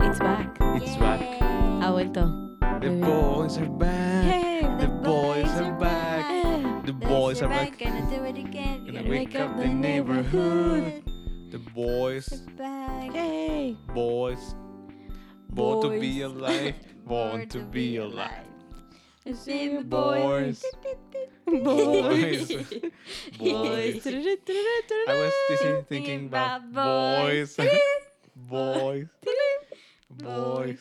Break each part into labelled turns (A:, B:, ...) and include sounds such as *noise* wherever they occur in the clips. A: It's back.
B: It's back.
A: Ha vuelto.
B: The
A: Muy bien.
B: boys are back. The boys are back.
A: Eh,
B: The boys are back.
C: Gonna do it again.
B: Gonna wake up the neighborhood. The boys,
C: Back.
A: Yay.
B: boys. Born to be alive. *laughs* Born to be alive.
A: Sí,
B: Boys.
A: *laughs* Boys.
B: *laughs* Boys.
A: Tururú, tururú, tururú.
B: I was thinking, thinking about boys. Boys. Boys.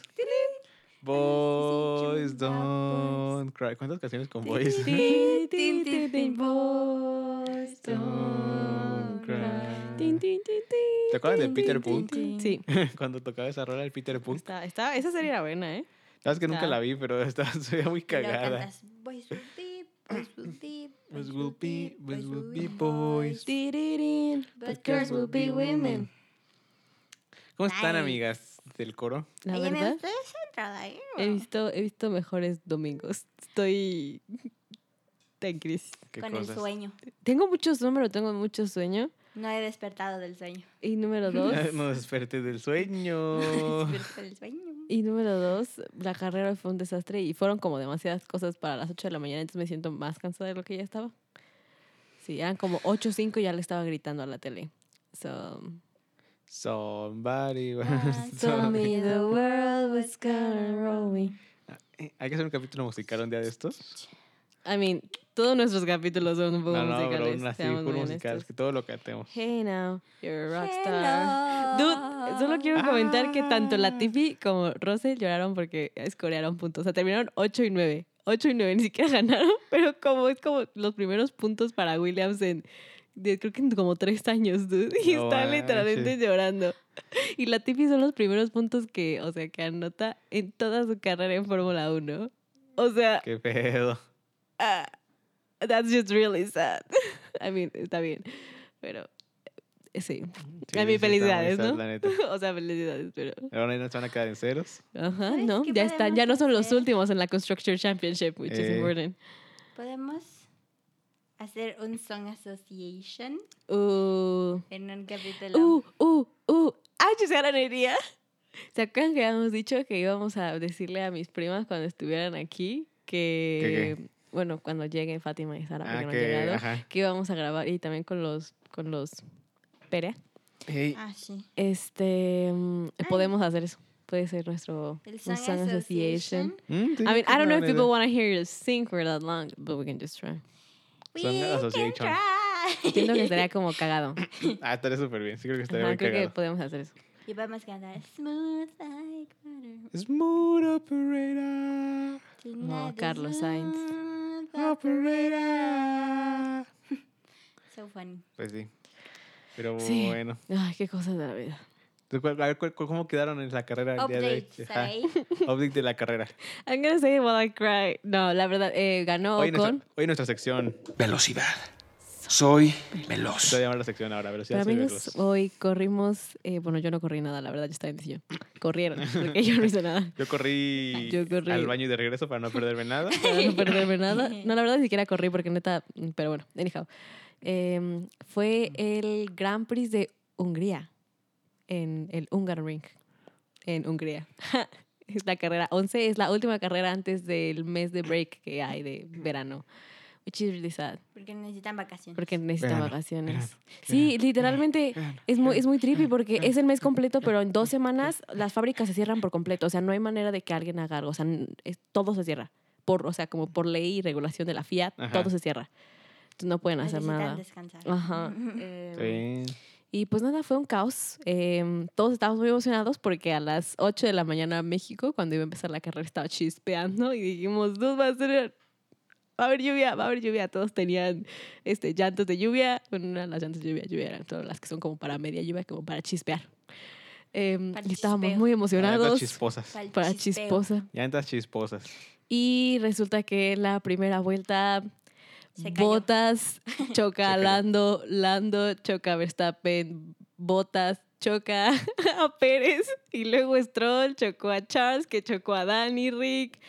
B: *laughs* Boys don't cry. ¿Cuántas canciones con boys?
A: Tin, tin, tin, tin,
C: Boys
B: don't cry.
A: Tin, tin, tin, tin,
B: ¿Te acuerdas de
A: tin,
B: Peter
A: tin,
B: Pan?
A: tin, tin. Sí.
B: *laughs* Cuando tocaba esa rola del Peter Pan.
A: Está, está, esa serie era buena, ¿eh?
B: Sabes que nunca
A: Está.
B: la vi, pero *laughs* estaba, se veía muy cagada.
C: Boys will be, boys will
B: *clears throat*
C: be,
B: Boys will be, boys will be boys.
A: Tirirín.
C: But girls will be women.
B: ¿Cómo están,
C: Ay.
B: amigas del coro?
A: La
C: Oye, me
A: verdad,
C: gustó esa entrada, ¿eh?
A: he visto, he visto mejores domingos. Estoy en crisis.
B: ¿Qué
C: Con el
B: cosas?
C: sueño.
A: Tengo muchos números, tengo mucho sueño.
C: No he despertado del
B: *laughs*
C: sueño.
A: Y número dos.
B: *laughs* No desperté
A: *laughs*
B: del sueño.
C: *laughs* Despierto del sueño.
B: *laughs*
A: Y número dos, la carrera fue un desastre y fueron como demasiadas cosas para las 8 de la mañana, entonces me siento más cansada de lo que ya estaba. Sí, eran como 8 o 5 y ya le estaba gritando a la tele. So,
B: Somebody *laughs*
C: Once
B: once
C: told
B: told me.
C: me the world was gonna roll me.
B: Eh, *laughs* Hay que hacer un capítulo musical un día de estos.
A: I mean, todos nuestros capítulos son un poco
B: No, no, pero
A: musicales.
B: aún así,
A: seamos
B: puro
A: muy
B: musical, es
A: honestos.
B: que todo lo cantemos.
A: Hey now, you're a rockstar. Dude, solo quiero comentar que tanto la
B: Ah.
A: Tiffy como Rose lloraron porque escorearon puntos. O sea, terminaron 8 y 9. 8 y 9 ni siquiera *laughs* ganaron, pero como es como los primeros puntos para Williams en de- creo que en como 3 años, dude. *laughs* Y
B: No
A: está literalmente
B: manches.
A: llorando. Y la Tiffy son los primeros puntos que, o sea, que anota en toda su carrera en Fórmula 1. O sea,
B: Qué
A: *laughs*
B: pedo.
A: ah, that's just really sad. *laughs* I mean, está bien, pero eh, sí. a
B: Sí,
A: mí
B: sí, sí, está muy
A: felicidades,
B: sad,
A: ¿no?
B: la neta.
A: *laughs* O sea, felicidades, pero.
B: Ahora no se van a quedar en ceros.
A: Ajá,
C: ¿Sabes
A: ¿no?
C: qué
A: Ya están, ya no
C: podemos
A: son los
C: hacer?
A: últimos en la Constructor Championship, which is
B: Eh.
A: important.
C: Podemos hacer un song association
A: Uh,
C: en un capítulo.
A: uh, uh, uh. ¡Ay, just had an idea! ¿Se acuerdan que habíamos dicho que íbamos a decirle a mis primas cuando estuvieran aquí que. Bueno, cuando lleguen Fátima y Sara, porque no han llegado,
B: Ah, ajá.
A: que íbamos a grabar y también con los. con los. Perea.
B: Ey,
C: Ah, sí.
A: Este. mm,
C: Ay.
A: Podemos hacer eso. Puede ser nuestro.
C: El
A: un
C: song,
A: song
C: association.
B: mm, sí,
A: I mean,
B: es
A: I don't know
B: una
A: if
B: buena
A: people
B: idea.
A: want to hear you sing for that long, but we can just try.
C: We
B: Song
C: can
B: association.
C: try.
A: Siento
C: *laughs*
A: que estaría como cagado.
B: Ah, estaría súper bien. Sí, creo que *laughs* estaría
A: Ajá,
B: muy
A: creo que
B: cagado.
A: podemos hacer eso.
C: Y vamos a cantar Smooth like butter.
B: Smooth operator.
C: tonight is
A: Carlos Sainz.
C: smooth
B: Oh,
C: like-
B: Operator.
C: So funny.
B: Pues sí. Pero
A: Sí.
B: bueno.
A: Ay, qué cosas de la vida.
B: ¿Tú cuál- a ver, cuál- cuál- ¿Cómo quedaron en la carrera el día de hoy?
C: Update,
B: Ajá.
C: ¿sabes?
B: *laughs* Update de la
A: *laughs*
B: carrera.
A: I'm gonna say it while I cry. No, la verdad, eh, ganó
B: Hoy en
A: Ocon.
B: nuestra, hoy en nuestra sección.
D: Velocidad. Soy
B: Te voy
D: veloz.
B: a llamar la sección ahora.
A: Pero
B: Velocidad soy
A: amigos,
B: veloz.
A: hoy corrimos. eh, bueno, yo no corrí nada, la verdad, yo estaba en el sillón. Corrieron, *laughs* porque yo no hice nada.
B: Yo corrí,
A: *laughs* Yo corrí.
B: al baño y de regreso para no perderme
A: *laughs*
B: nada.
A: Para no perderme nada. No, la verdad, ni siquiera corrí, porque neta. Pero bueno, anyhow. Em, fue el Grand Prix de Hungría. En el Hungaroring. En Hungría. *laughs* es la carrera 11, es la última carrera antes del mes de break que hay de verano. Which is really sad,
C: Porque necesitan vacaciones.
A: porque necesitan
B: Verano,
A: vacaciones.
B: verano,
A: sí, literalmente es muy, es muy trippy porque es el mes completo, pero en dos semanas las fábricas se cierran por completo. O sea, no hay manera de que alguien haga algo. O sea, n- es- todo se cierra. Por, o sea, como por ley y regulación de la FIAT,
B: Ajá.
A: todo se cierra. Entonces no pueden hacer
C: necesitan
A: nada.
C: descansar. *laughs*
A: Ajá. Em,
B: Sí.
A: y pues nada, fue un caos. Em, todos estábamos muy emocionados porque a las 8 de la mañana México, cuando iba a empezar la carrera, estaba chispeando y dijimos, dude, va a ser... Va a haber lluvia, va a haber lluvia. Todos tenían este, llantas de lluvia. Bueno, no eran las llantas de lluvia, lluvia eran todas las que son como para media lluvia, como para chispear. Em,
C: Para
A: y estábamos
C: chispeo.
A: muy
B: Llantas
A: emocionados.
B: chisposas.
C: Pa'l
A: Para
C: chispeo.
A: chisposa.
B: Llantas chisposas.
A: Y resulta que en la primera vuelta
C: Se cayó. *laughs*
A: Botas choca
B: cayó.
A: Lando, Lando choca a Verstappen, Botas choca *laughs* a Pérez y luego Stroll chocó a Charles que chocó a Danny Rick.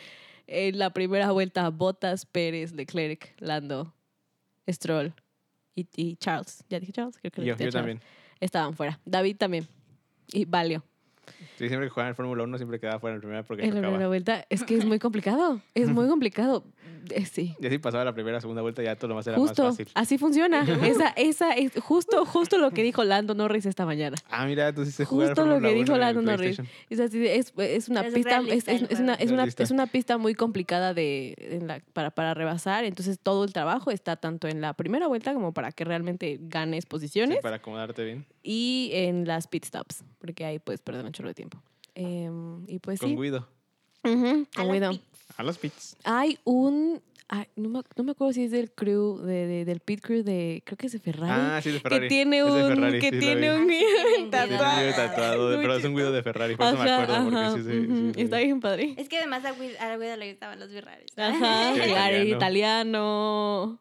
A: En la primera vuelta Botas, Pérez, Leclerc, Lando, Stroll y, y Charles. ¿Ya dije Charles? Creo que le
B: Yo,
A: quité a
B: yo
A: Charles.
B: también.
A: Estaban fuera. David también. Y Valio.
B: Sí, siempre que jugaban en Fórmula 1 siempre quedaba fuera en primera porque
A: En la
B: chocaba.
A: primera vuelta es que es muy complicado. Es
B: *laughs*
A: muy complicado. Eh, sí.
B: Y así pasaba la primera, segunda vuelta y ya todo lo más era
A: Justo,
B: más fácil.
A: así funciona.
B: *laughs*
A: Esa, esa es justo, justo lo que dijo Lando Norris esta mañana.
B: Ah, mira, tú sí se jugar
A: Justo lo
B: Fórmula
A: que
B: 1
A: dijo
B: en el
A: Lando Norris.
B: PlayStation.
A: Es así, de- es, es una
C: Es
A: pista, es,
C: realista
A: es-
C: el
A: es una,
C: juego.
A: es, una,
B: Realista.
A: es una pista muy complicada de, en la- para, para rebasar. Entonces todo el trabajo está tanto en la primera vuelta como para que realmente ganes
B: Sí,
A: posiciones
B: para acomodarte bien.
A: y en las pit stops, porque ahí puedes perder un chorro de tiempo. Em, y pues
B: Con
A: sí.
B: Guido.
A: Ujú,
C: A
A: con
C: los
A: Guido.
C: pi-
B: A los pits.
A: Hay un... ay, no, me, no me acuerdo si es del crew, de, de- del pit crew de... Creo que es de Ferrari.
B: Ah, sí, es de Ferrari.
A: Que tiene
B: Es de
A: un...
B: Ferrari,
A: que
B: sí, lo vi.
A: tiene un...
C: Ah,
A: *laughs*
C: sí, tiene un
B: Sí, tiene un
A: tatuado.
B: Guido tatuado,
A: Muy
B: pero es un Guido de Ferrari, por eso me
A: Ajá,
B: acuerdo,
A: ajá,
B: porque sí, se- sí,
A: ujú.
B: sí. Eh,
A: Está bien padre.
C: Es que además a Guido, a Guido le gustaban los Ferraris.
A: Ajá,
B: Sí,
A: italiano.
B: italiano.
A: italiano.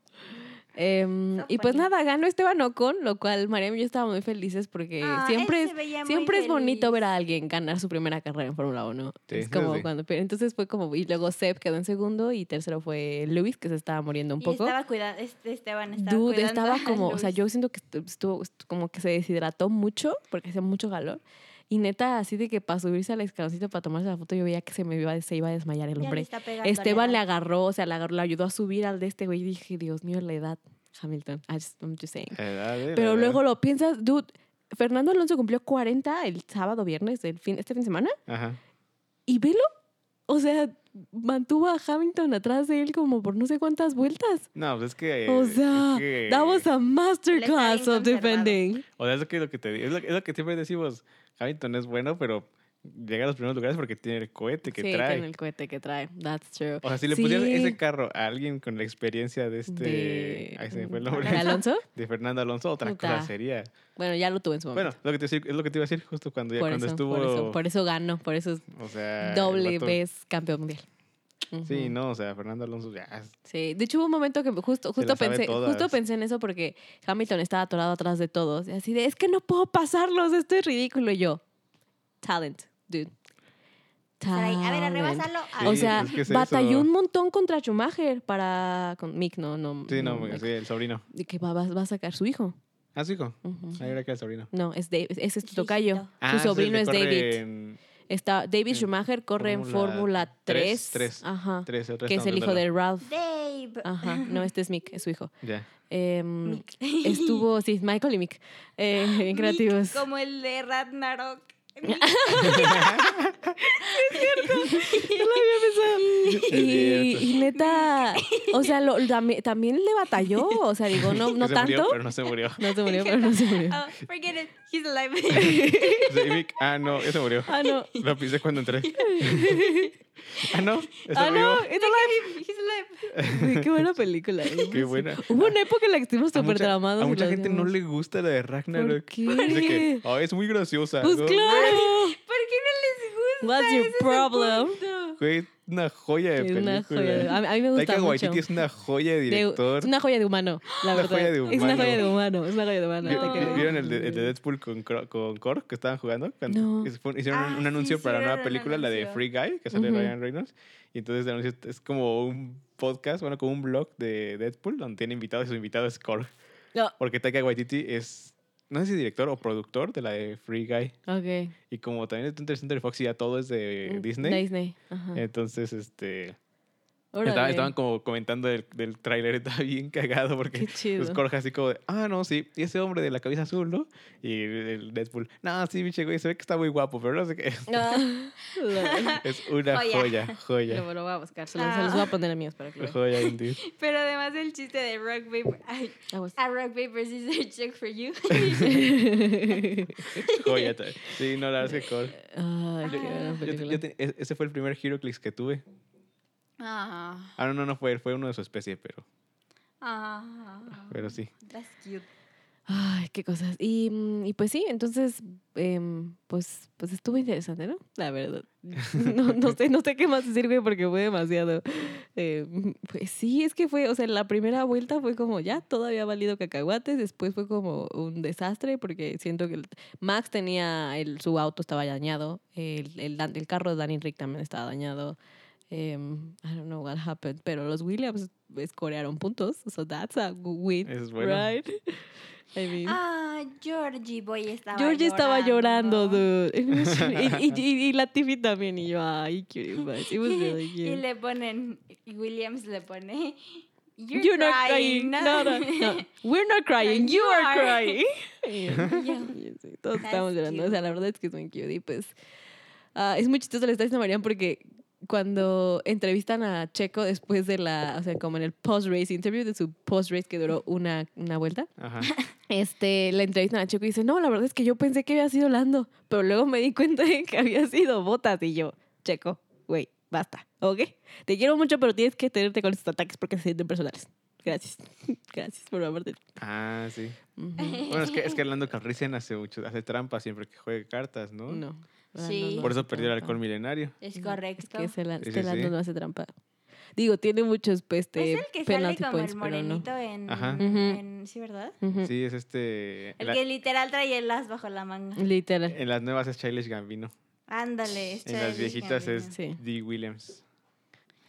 A: Em,
C: Está
A: y pues
C: bonito.
A: nada, ganó Esteban Ocon, lo cual Mariam y yo estábamos muy felices porque
C: Ah, él
A: siempre,
C: se veía
A: es,
C: muy
A: siempre es bonito
C: feliz.
A: ver a alguien ganar su primera carrera en Fórmula 1.
B: Sí,
A: es
B: sí,
A: como
B: sí.
A: cuando, pero entonces fue como, y luego Seb quedó en segundo y tercero fue Luis, que se estaba muriendo un
C: Y
A: poco.
C: estaba cuidando, Esteban estaba
A: Dude,
C: cuidando *laughs*
A: estaba
C: a
A: como, o sea,
C: Luis.
A: yo siento que estu- estuvo, estu- como que se deshidrató mucho porque hacía mucho calor. Y neta, así de que para subirse al escaloncito para tomarse la foto, yo veía que se me iba, se iba a desmayar el
C: Ya le
A: hombre.
C: está pegando a la
A: Esteban le
C: edad.
A: agarró, o sea, le, agarró- le ayudó a subir al de este güey. Y dije, Dios mío, la edad, Hamilton. I just- I'm just saying.
B: Edad, eh, la
A: Pero
B: edad.
A: luego lo piensas, dude, Fernando Alonso cumplió 40 el sábado, viernes, el fin, este fin de semana.
B: Ajá.
A: Y velo. O sea, mantuvo a Hamilton atrás de él como por no sé cuántas vueltas.
B: No, pues es que...
A: O sea,
B: es que-
A: that was a masterclass
C: Le está
A: of
C: bien conservado.
A: defending.
B: O sea, es lo que, lo que te digo. Es lo, es lo que siempre decimos. Hamilton es bueno, pero llega a los primeros lugares porque tiene el cohete que
A: sí,
B: trae.
A: con el cohete que trae. That's true.
B: O sea, si le pusieran
A: Sí.
B: ese carro a alguien con la experiencia de este...
A: De-
B: Ahí se me fue el
A: ¿de
B: nombre. *laughs*
A: Alonso?
B: De Fernando Alonso, otra
A: Puta.
B: cosa sería.
A: Bueno, ya lo tuve en su momento.
B: Bueno, lo que te, decir- es lo que te iba a decir justo cuando, ya,
A: por,
B: cuando
A: eso,
B: estuvo...
A: por eso, por eso ganó, por eso es
B: O sea... el
A: doble
B: vato-
A: vez campeón mundial.
B: Sí,
A: Ujú.
B: no, o sea, Fernando Alonso ya... es-
A: Sí, de hecho hubo un momento que justo,
B: Se
A: justo,
B: la sabe
A: pensé, justo
B: todas.
A: pensé en eso porque Hamilton estaba atorado atrás de todos. Y así de, es que no puedo pasarlos, esto es ridículo. Y yo, talent, dude.
C: Ahí,
A: Talent.
C: A ver, arrebasalo.
B: Sí,
A: o sea,
B: es que es
A: batalló
B: eso.
A: un montón contra Schumacher para... Con Mick, no, no.
B: Sí, no,
A: Mick.
B: sí, el sobrino.
A: De Que va, va- va a sacar su hijo.
B: Ah, su hijo.
A: Ujú.
B: Ahí era que el sobrino.
A: No, es Dave, ese es tu
C: Su
A: tocayo.
C: hijito.
B: Ah,
A: Su
B: es el
A: sobrino
B: que
A: es
B: corre
A: David.
B: en
A: Está, David
B: en
A: Schumacher corre en
B: Fórmula
A: Fórmula 3.
B: tres, tres.
A: Ajá.
B: tres, el resto
A: Que es
B: no
A: el
B: me
A: hijo
B: acuerdo.
A: de Ralph.
C: Dave.
A: Ajá.
C: *laughs*
A: No, este es Mick, es su hijo.
B: Ya.
A: Em,
C: Mick.
A: Estuvo, sí, Michael y Mick. Eh, bien
C: *laughs* Mick,
A: creativos.
C: como el de Ragnarok.
B: *laughs*
A: Y, y neta, o sea, lo- también, también le batalló. O sea, digo,
B: *laughs*
A: no, no
B: Se murió,
A: tanto.
B: pero no se murió. *laughs*
A: No se
C: *laughs*
A: murió, pero no se murió.
B: Ah,
C: Oh, forget it. He's alive.
B: Sí, Vic, ah, no, ese murió.
A: *laughs* Ah, no.
B: *laughs* Lo pisé
A: *laughs*
B: cuando entré. ah, no, está
A: Ah, no,
B: vivo.
A: it's alive.
C: He's alive.
A: Güey, Qué buena película. ¿eh?
B: *laughs* Qué buena.
A: Hubo una época en la que estuvimos
B: A
A: súper
B: mucha,
A: tramados.
B: a
A: y
B: mucha
A: lo
B: gente no
A: odiamos.
B: le gusta la de Ragnarok.
A: qué?
B: Dice que, "Ay, es muy graciosa.
A: Pues
B: ¿no?
A: claro.
C: ¿Por qué no les gusta?
A: What's your
C: Ese es el
A: problem?
C: punto.
B: Güey, es una joya de
A: Es una
B: película.
A: joya. A mí- a mí me gusta
B: Taika
A: mucho.
B: Waititi es una joya de
A: De-
B: director.
A: es una joya de humano, la
B: Una
A: verdad.
B: joya
A: Es
B: de
A: una
B: humano.
A: joya de humano, es una joya de humano.
B: Vi-
A: te
B: vi-
A: creo.
B: ¿Vieron el de, el de Deadpool con, Cro- con Korg que estaban jugando? Cuando
A: No.
B: es- fue- Hicieron un-
C: Ah,
B: un
C: sí,
B: anuncio para la
C: hicieron
B: nueva
C: un
B: película, la de
C: anuncio.
B: Free Guy, que sale
A: Ujú.
B: Ryan Reynolds. Y entonces el anuncio es como un podcast, bueno, como un blog de Deadpool donde tiene invitados y su invitado es Korg.
A: No.
B: Porque Taika Waititi es, no sé si director o productor de la de Free Guy.
A: Ok.
B: Y como también es de 20th Century Fox y ya todo es de
A: Mm,
B: eh, Disney.
A: Disney. Ajá.
B: Entonces, este...
A: Órale.
B: Estaban, estaban como comentando del, del tráiler, *laughs* estaba bien cagado
A: Qué
B: porque
A: chido. *laughs*
B: *laughs* los Corja Pues así como de, ah, no, sí, y ese hombre de la cabeza azul, ¿no? Y el Deadpool, no, sí, biche, güey, se ve que está muy guapo, pero no sé qué.
A: Lo-
B: *laughs* Es una
C: Joya.
B: joya, joya,
A: Ah. Lo, lo voy a buscar. Se los, se
C: Ah.
A: los voy a poner a míos para que lo
B: joya,
A: vean.
B: indeed.
C: *laughs* Pero además el chiste de Rock Paper. ay,
A: Aguas.
C: A Rock Paper Scissors Check
A: *laughs*
C: for You.
B: *laughs* joya. ta- Sí, no, la verdad es que cool.
A: Ay, qué buena
B: Yo te-
A: película.
B: yo te- e- ese fue el primer Heroclix que tuve.
C: Ah,
B: Ah, no, no, no fue él, fue uno de su especie, pero,
C: ah,
B: pero sí.
C: That's cute.
A: Ay, qué cosas. Y, mm, y pues sí, entonces, em, pues, pues estuvo interesante, ¿no? La verdad. *laughs* No, no sé, no sé qué más decir, güey, porque fue demasiado. Em, pues sí, es que fue, o sea, la primera vuelta fue como ya, todavía valido cacahuates, después fue como un desastre, porque siento que el- Max tenía, el, su auto estaba dañado, el, el, Dan- el carro de Danny Rick también estaba dañado. Em, I don't know what happened, pero los Williams escorearon puntos, so that's a win,
B: Eso es bueno.
A: right? I mean.
C: Ah, Georgie Boy estaba
A: Georgie estaba llorando,
C: llorando.
A: dude. *laughs* It was- y, y, y, y Latifi también. Y yo, ay, pues, cutie butt. It was really
C: *laughs* y
A: cute.
C: le ponen, y Williams le pone, You're,
A: You're not crying. No,
C: not- *laughs*
A: no, no. We're not crying. You
C: You
A: are
C: are. *laughs*
A: crying. *laughs* Y yo,
C: Y yo,
A: *laughs* y sí, Todos
C: That's
A: estábamos llorando. O sea, la verdad es que es muy cute. Y pues, ah, es muy chistoso la historia de Marian porque cuando entrevistan a Checo después de la, o sea, como en el post-race interview de su post-race que duró una, una vuelta,
B: Ajá.
A: este, la entrevistan a Checo y dice, no, la verdad es que yo pensé que había sido Lando, pero luego me di cuenta de que había sido Botas y yo, Checo, güey, basta, ¿ok? Te quiero mucho, pero tienes que tenerte con estos ataques porque se sienten personales. Gracias, *laughs* gracias por amarte.
B: Ah, sí.
A: Ujú.
B: Bueno, es que, es que Lando Calrissian hace, mucho, hace trampa siempre que juegue cartas, ¿no?
A: No. Ah,
C: Sí.
A: no, no
B: Por
A: hace
B: eso perdió el
A: trampa.
B: alcohol milenario.
C: Es
A: No,
C: correcto.
A: Mm, Es que ese la-
B: Sí,
A: este
B: sí,
A: Lando
B: sí.
A: no hace trampa. Digo, tiene muchos pues, este,
C: es el que sale
A: penalty
C: como
A: points,
C: el
A: pero no.
C: morenito en,
B: Ajá.
A: Ujú.
C: en- Sí, ¿verdad?
A: Ujú.
B: Sí, es este.
C: El
B: la-
C: que literal trae el as bajo la manga.
A: Mm. Literal.
B: en las nuevas es Childish Gambino.
C: Ándale. es
B: En las
C: Childish
B: viejitas es
A: Sí.
C: Gambino.
B: Dee Williams.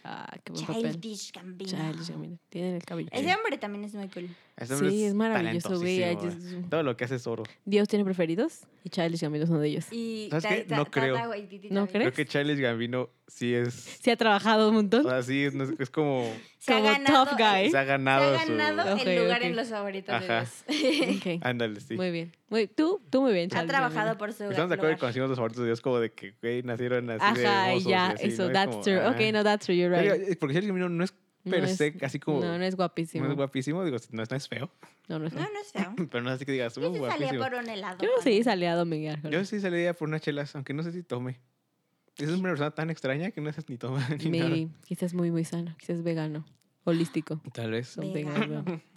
A: Ah, qué buen papel.
C: Childish Gambino.
A: Childish Gambino. Tiene el cabello.
C: Ese hombre también es muy cool.
B: Ese hombre
A: Sí, es maravilloso, güey. I
B: talentosísimo,
A: just-
B: Todo lo que hace es oro.
A: Dios tiene preferidos y Childish Gambino es uno de ellos.
C: Y
B: ¿Sabes
C: Ta-
B: qué?
C: Ta-
B: No
C: Taika
B: creo.
C: Waititi
A: ¿No
C: también.
B: Creo
A: ¿Crees?
B: que Charles Gambino sí es.
A: Se ha trabajado un montón.
B: O sea, sí, es, no es- es
A: *laughs*
B: como.
C: Se ha
A: Como
C: ganado-
A: tough guy.
B: Se ha
C: Se ha
B: ganado. su-
C: ganado
A: Ok,
C: el lugar
A: ok.
C: en los *laughs* favoritos
B: Ajá.
C: de
A: *laughs*
C: Dios.
A: Ok,
B: Ándale, ah, sí.
A: Muy bien. Muy, tú, tú muy bien.
C: ha
A: Charles
C: trabajado
A: Gambino.
C: por su
B: Estamos de acuerdo que
C: lugar.
B: conocimos los favoritos de Dios como de que, güey, nacieron así de
A: Ajá,
B: hermosos. y
A: ya,
B: así,
A: eso,
B: ¿no? Es
A: that's
B: como,
A: true.
B: ah.
A: Ok, no, that's true, you're
B: Oiga,
A: right.
B: eh, Porque Charles Gambino no es
A: No
B: per
A: es-
B: se, así como.
A: No, no es guapísimo.
B: no es Ah. guapísimo, digo, no es, no es feo, *laughs*
A: No, no es
C: No, no es feo.
B: pero no es así que digas,
C: Yo
B: uh,
C: sí salía
B: guapísimo.
C: por un helado.
A: Yo no sé si salía a domingar.
B: Yo sí saliría por unas chelas, aunque no sé si tome. Es una persona tan extraña que no sé ni toma *laughs* ni
A: Maybe. Quizás muy, muy sano. Quizás vegano. Holístico.
B: nada. Tal vez.
A: Something
C: Vegano.
A: like that.
B: *laughs*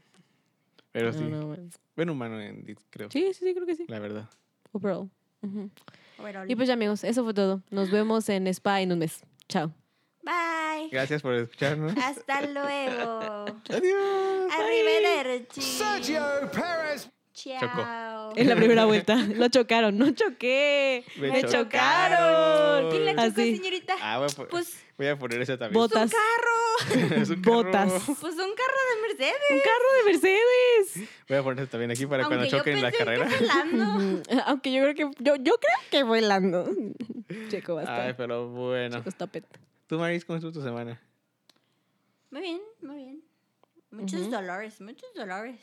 B: Pero
A: No,
B: sí.
A: no, man.
B: Buen humano, en, Dit, creo.
A: Sí, sí, sí, creo que sí.
B: La verdad.
A: Overall. Ujú.
C: Overall.
A: Y pues ya, amigos, eso fue todo. Nos vemos en Spa en un mes. Chao.
B: *laughs*
C: Bye.
B: Gracias por escucharnos.
C: Hasta luego.
B: Adiós.
C: Arrivederci.
D: Perez.
C: Chao.
B: *laughs*
A: En la primera vuelta. Lo chocaron. No choqué.
B: Me
A: Me
B: chocaron.
A: chocaron.
C: ¿Quién la chocó,
A: Así.
C: señorita?
B: Ah, voy a, po-
C: Pues
B: voy a poner esa también.
A: Bot- Botas.
C: un carro.
B: *laughs* Es un carro. *laughs*
A: Botas.
C: Pues un carro de Mercedes.
A: Un carro de Mercedes.
B: Voy a poner esa también aquí para cuando
C: Aunque yo
B: choquen la
C: pensé que
B: carrera.
A: *laughs*
C: Lando.
A: Ujú. Aunque yo creo que yo, yo creo que
C: *laughs*
A: bailando. Checo va a
B: Ay,
A: estar.
B: pero bueno.
A: Checo está pet.
B: Tú, Maris, ¿cómo estuvo tu semana?
C: Muy bien, muy bien. Muchos
A: Ujú.
C: dolores, muchos dolores.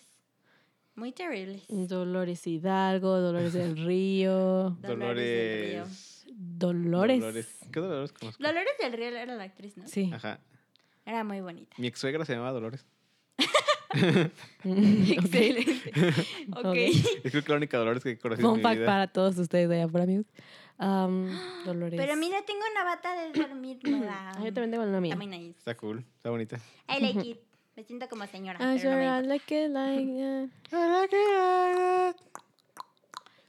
C: Muy terribles.
A: Dolores Hidalgo, Dolores
B: *laughs*
A: del Río,
C: Dolores del Río.
A: Dolores.
B: ¿Qué Dolores Ah. conozco?
C: Dolores del Río era la actriz, ¿no?
A: Sí. *laughs*
B: Ajá.
C: Era muy bonita.
B: Mi ex suegra se llamaba Dolores.
A: *laughs*
C: Excelente. ok.
B: Es creo que la única Dolores que conocí en
A: Fun
B: mi
A: fact
B: vida.
A: para todos ustedes de allá afuera, amigos.
C: *gasps*
A: Am, Dolores.
C: Pero mira, tengo una bata de dormir nueva.
A: Ah, yo también tengo la mía.
C: Está muy nice.
B: Está cool, está bonita.
C: I like it. Me siento como
A: Ah,
C: señora. pero no me
A: sure, I
C: importa.
A: like it, like, yeah.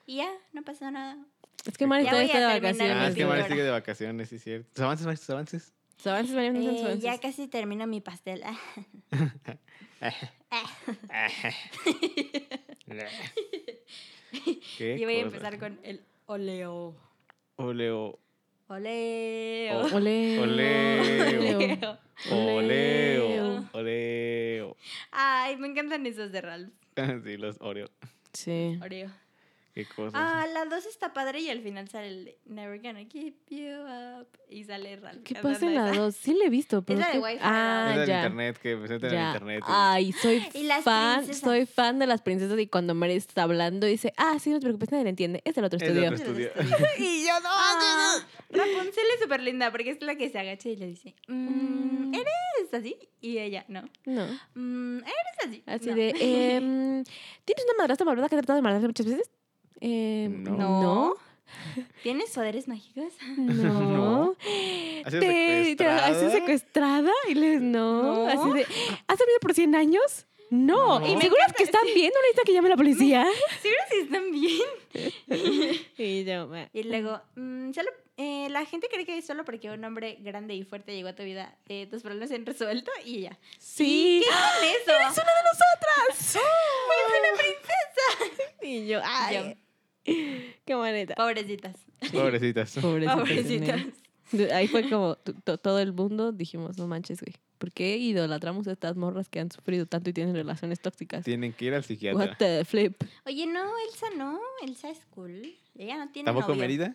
C: Y ya, no pasó nada.
A: Es que Mari
C: Ya
A: todavía
C: voy
A: está
C: a
A: de
C: terminar
A: vacaciones.
B: Ah, es que
C: mi
B: Maris
C: señora.
B: sigue de vacaciones, sí, es cierto. ¿Tus avances, Maris? ¿Tus
C: *laughs*
B: avances?
A: Sus avances, Mari, no son sus
C: Eh,
A: avances.
C: ya casi termino mi
B: *laughs*
C: pastel. *laughs* Ah,
B: ¿Qué
C: y voy a
B: cosa? Oh,
C: empezar con el oleo.
B: Oleo.
C: Oleo.
A: Oleo.
B: Oleo. *laughs*
A: Oleo.
B: Oleo.
A: Oleo.
B: Oleo.
C: Ay, me encantan esos de Ralph.
B: *laughs* Sí, los Oreo.
A: Sí.
C: Oreo.
B: Qué cosas.
C: Ah, la 2 está padre y al final sale el de Never Gonna Keep You Up. Y sale Ralph.
A: ¿Qué
C: cantando
A: pasa en la
C: esa.
A: 2? Sí le he visto, pero...
C: la
A: qué-
C: de Wi-Fi,
A: Ah,
B: es del
A: ya.
B: internet, que presentan en
A: ya.
B: internet. y-
A: Ay, soy
C: Y las
A: fan,
C: princesas.
A: soy fan de las princesas y cuando Mary está hablando dice, ah, sí, no te preocupes, nadie le entiende, es el otro
B: Es de
A: estudio.
B: otro
A: *laughs*
B: estudio.
C: Y yo Ah, no. Rapunzel es súper linda porque es la que se agacha y le dice, "Mm,
A: Mm.
C: ¿eres así? Y ella, no.
A: No,
C: "Mm, ¿Eres así?
A: así
C: No. *laughs*
A: de, em, ¿tienes una madrastra malvada que ha tratado de matarte muchas veces? Em,
B: No.
A: no.
C: No. ¿Tienes poderes
A: *laughs*
C: mágicos?
A: No.
B: *laughs* No. ¿Ha sido
A: ¿Te, te has sido secuestrada?
B: secuestrada?
A: Y le no.
C: No.
A: Así de, ¿has dormido por 100 años? No.
B: No.
A: ¿Y
B: Y me
A: seguras que están bien? ¿No necesitas que llame a la
C: *laughs*
A: policía?
C: Sí, pero sí están bien.
A: Y yo,
C: Y luego, "Mm, solo, eh, la gente cree que solo porque un hombre grande y fuerte llegó a tu vida, eh, tus problemas se han resuelto y ya.
A: sí.
C: ¿Qué con eso?
A: ¡Eres una de nosotras!
C: *laughs* ¡Es una princesa!
A: Y yo,
C: Y
A: ay,
C: yo,
A: qué bonita.
C: Pobrecitas.
B: Pobrecitas.
A: Pobrecita.
C: Pobrecitas.
A: Ahí fue como t- to- todo el mundo dijimos, no manches, güey. ¿Por qué idolatramos a estas morras que han sufrido tanto y tienen relaciones tóxicas?
B: Tienen que ir al psiquiatra.
A: What the flip.
C: Oye, no, Elsa no. Elsa es cool. Ella no tiene
B: ¿Tampoco
C: novio.
B: Merida?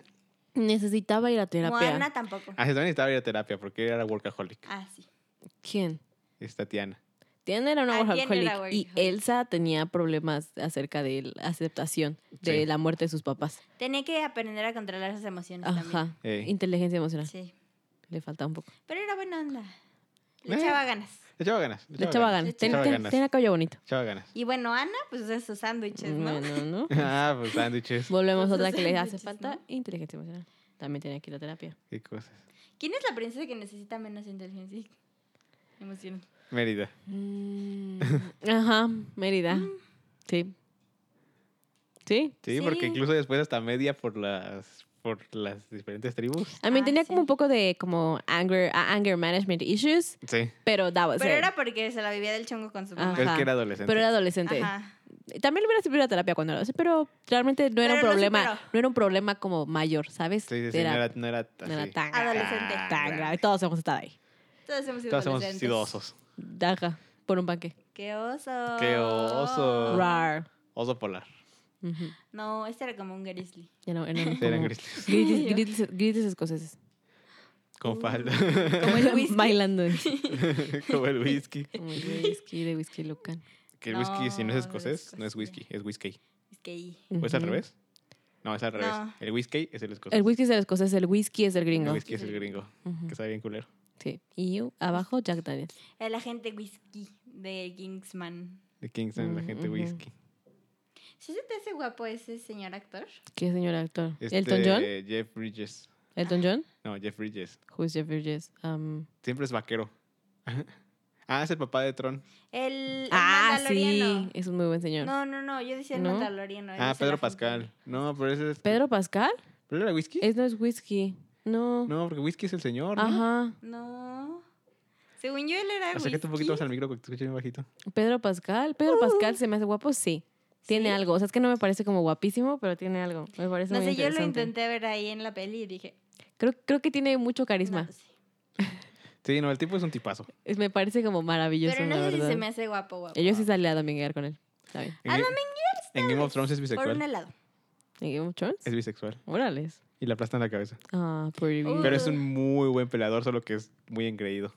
A: Necesitaba ir a terapia.
C: Moana tampoco.
B: Ah, sí, también estaba ir a terapia porque era workaholic.
C: Ah, sí.
A: ¿Quién?
B: Es Tatiana.
A: Tiana era una
C: Ah, Tiana era
A: workaholic y
C: workaholic.
A: Elsa tenía problemas acerca de la aceptación de
B: Sí.
A: la muerte de sus papás.
C: Tenía que aprender a controlar sus emociones
A: Ajá.
B: Ey.
A: Inteligencia emocional.
C: también. Sí.
A: Le falta un poco.
C: Pero era buena onda. Le
B: Eh.
C: echaba ganas.
B: Le echaba ganas.
A: Le echaba ganas. Ten-
B: echaba
A: ten-
B: ganas.
A: Tenía cabello bonito.
B: Echaba ganas. *laughs*
C: Y bueno, Ana, pues usa sus sándwiches, ¿no?
A: Bueno, ¿no?
B: Ah, pues sándwiches.
A: Volvemos a
C: Sus
A: otra que le hace
C: sándwiches,
A: falta.
C: ¿no?
A: Inteligencia emocional. También tenía que ir a terapia.
B: Qué cosas.
C: ¿Quién es la princesa que necesita menos inteligencia? Emociones.
B: Mérida.
A: Mm, *laughs* Ajá, Mérida.
C: Mm.
A: Sí. Sí.
B: Sí,
C: Sí.
B: porque incluso después hasta media por las por las diferentes tribus.
A: A mí
C: Ah,
A: tenía como
C: sí.
A: un poco de como anger, a- anger management issues,
B: Sí.
A: pero that was
C: Pero
A: it.
C: era porque se la vivía del chongo con su
A: Ah,
C: mamá.
B: Pero es
A: Ajá.
B: que era adolescente.
A: Pero era adolescente.
C: Ajá.
A: También le hubiera servido la terapia cuando lo hace, pero realmente no era
C: Pero
A: un
C: lo
A: problema,
C: superó.
A: no era un problema como mayor, ¿sabes?
B: Sí, sí, sí,
A: era,
B: no era, no era
A: no era
B: así. Ah,
A: tan grave,
C: Adolescente.
A: tan grave. Todos hemos estado ahí.
C: Todos hemos sido
B: Todos hemos
C: adolescentes.
B: sido osos.
A: Ajá, por un panque.
C: ¡Qué oso!
B: ¡Qué oso!
A: Rar.
B: Oso polar.
A: Ujú.
C: No, este era como un grizzly.
A: Ya no, eran
B: Eran
A: como
B: grises.
A: grites, grites- grites *laughs* escoceses. Uh.
B: Con falda. *laughs*
C: Como el whisky.
A: Bailando.
B: Como el whisky.
A: Como el whisky de whisky Lucan.
B: Que el whisky, si no es
C: No,
B: escocés, no es
C: Escocia.
B: whisky, es whisky.
C: Es que ahí.
B: ¿O es al
A: Ujú.
B: revés? No, es al revés.
C: No.
B: El whisky es el escocés.
A: El whisky es el escocés, el whisky es el
B: El
A: gringo.
B: whisky es el gringo.
A: Ujú.
B: Que sabe bien culero.
A: Sí. Y uh, abajo Jack Daniels.
C: El agente whisky de Kingsman.
B: De Kingston, la gente
A: Ujú.
B: whisky.
C: ¿Sí se te hace guapo ese señor actor?
A: ¿Qué señor actor?
B: Este,
A: ¿Elton John?
B: Jeff Bridges.
A: ¿Elton John?
B: No, Jeff Bridges.
A: Who's Jeff Bridges? Um,
B: Siempre es vaquero. *laughs* Ah, es el papá de Tron.
C: El, el
A: ah,
C: mandaloriano.
A: sí. Es un muy buen señor.
C: No, no, no, yo decía el
A: ¿No?
C: mandaloriano. él
B: Ah,
C: es el
B: Pedro
C: agente.
B: Pascal. No, pero ese es.
A: ¿Pedro Pascal?
B: ¿Pero era whisky?
A: Es, no es whisky. No.
B: No, porque whisky es el señor. ¿no?
A: Ajá.
C: No. Según yo, él era
B: O sea, que tú un
C: whisky.
B: poquito más al micro porque te escuché bien bajito.
A: Pedro Pascal. Pedro Pascal se me hace guapo, Uh. sí. Tiene
C: ¿Sí?
A: algo. O sea, es que no me parece como guapísimo, pero tiene algo. Me parece
C: No
A: muy
C: sé, yo lo
A: interesante.
C: intenté ver ahí en la peli y dije.
A: Creo, creo que tiene mucho carisma.
C: no, sí.
B: Sí, no, el tipo es un tipazo.
A: Es- Me parece como maravilloso,
C: Pero no
A: la
C: sé si
A: verdad.
C: se me hace guapo, guapo.
A: Yo sí salí a dominguear con él. Está bien.
B: En, Ga- en Game of Thrones es
C: Por un
B: bisexual.
C: helado.
A: ¿En Game of Thrones?
B: Es bisexual.
A: Órales.
B: Y le aplastan la cabeza.
A: Ah, poor
C: Uh,
A: baby.
B: Pero es un muy buen peleador, solo que es muy engreído.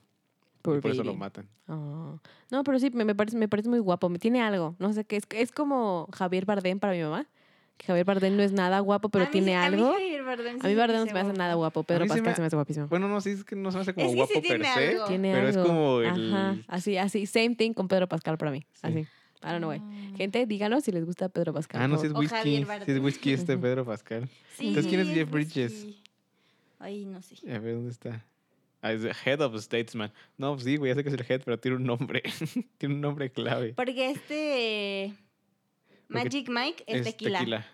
A: Poor
B: y por eso lo
A: baby.
B: matan.
A: Ah. No, pero sí, me, me parece, me parece muy guapo. Me tiene algo. No sé qué. Es, es como Javier Bardem para mi mamá. que Javier Bardem no es nada guapo, pero
C: A mí
A: tiene
C: sí-
A: algo.
C: A mí, Javier Bardem sí
A: A mí Bardem no se
C: dice
A: me hace nada guapo. Pedro
B: mí se me-
A: Pascal se me hace guapísimo.
B: Bueno, no, sí, es que no se me hace como
C: Es que sí
B: guapo per
C: tiene
B: se.
C: algo.
A: Tiene
B: pero es
A: algo.
B: como el-
A: Ajá. Así, así. Same thing con Pedro Pascal para mí. Así. I don't know why.
C: Mm.
A: Gente, díganos si les gusta Pedro Pascal.
B: Ah, no,
A: por
B: si es
A: favor.
C: O Javier
B: whisky. Si es
C: Bardem.
B: whisky este Pedro Pascal.
C: Sí,
B: Entonces, ¿quién es Jeff
C: whisky.
B: Bridges?
C: Ay, no sé.
B: A ver, ¿dónde está? Ah, es el Head of Statesman. No, pues sí, güey, ya sé que es el Head, pero tiene un nombre. *laughs* tiene un nombre clave.
C: Porque este. eh, Magic Mike es, tequila.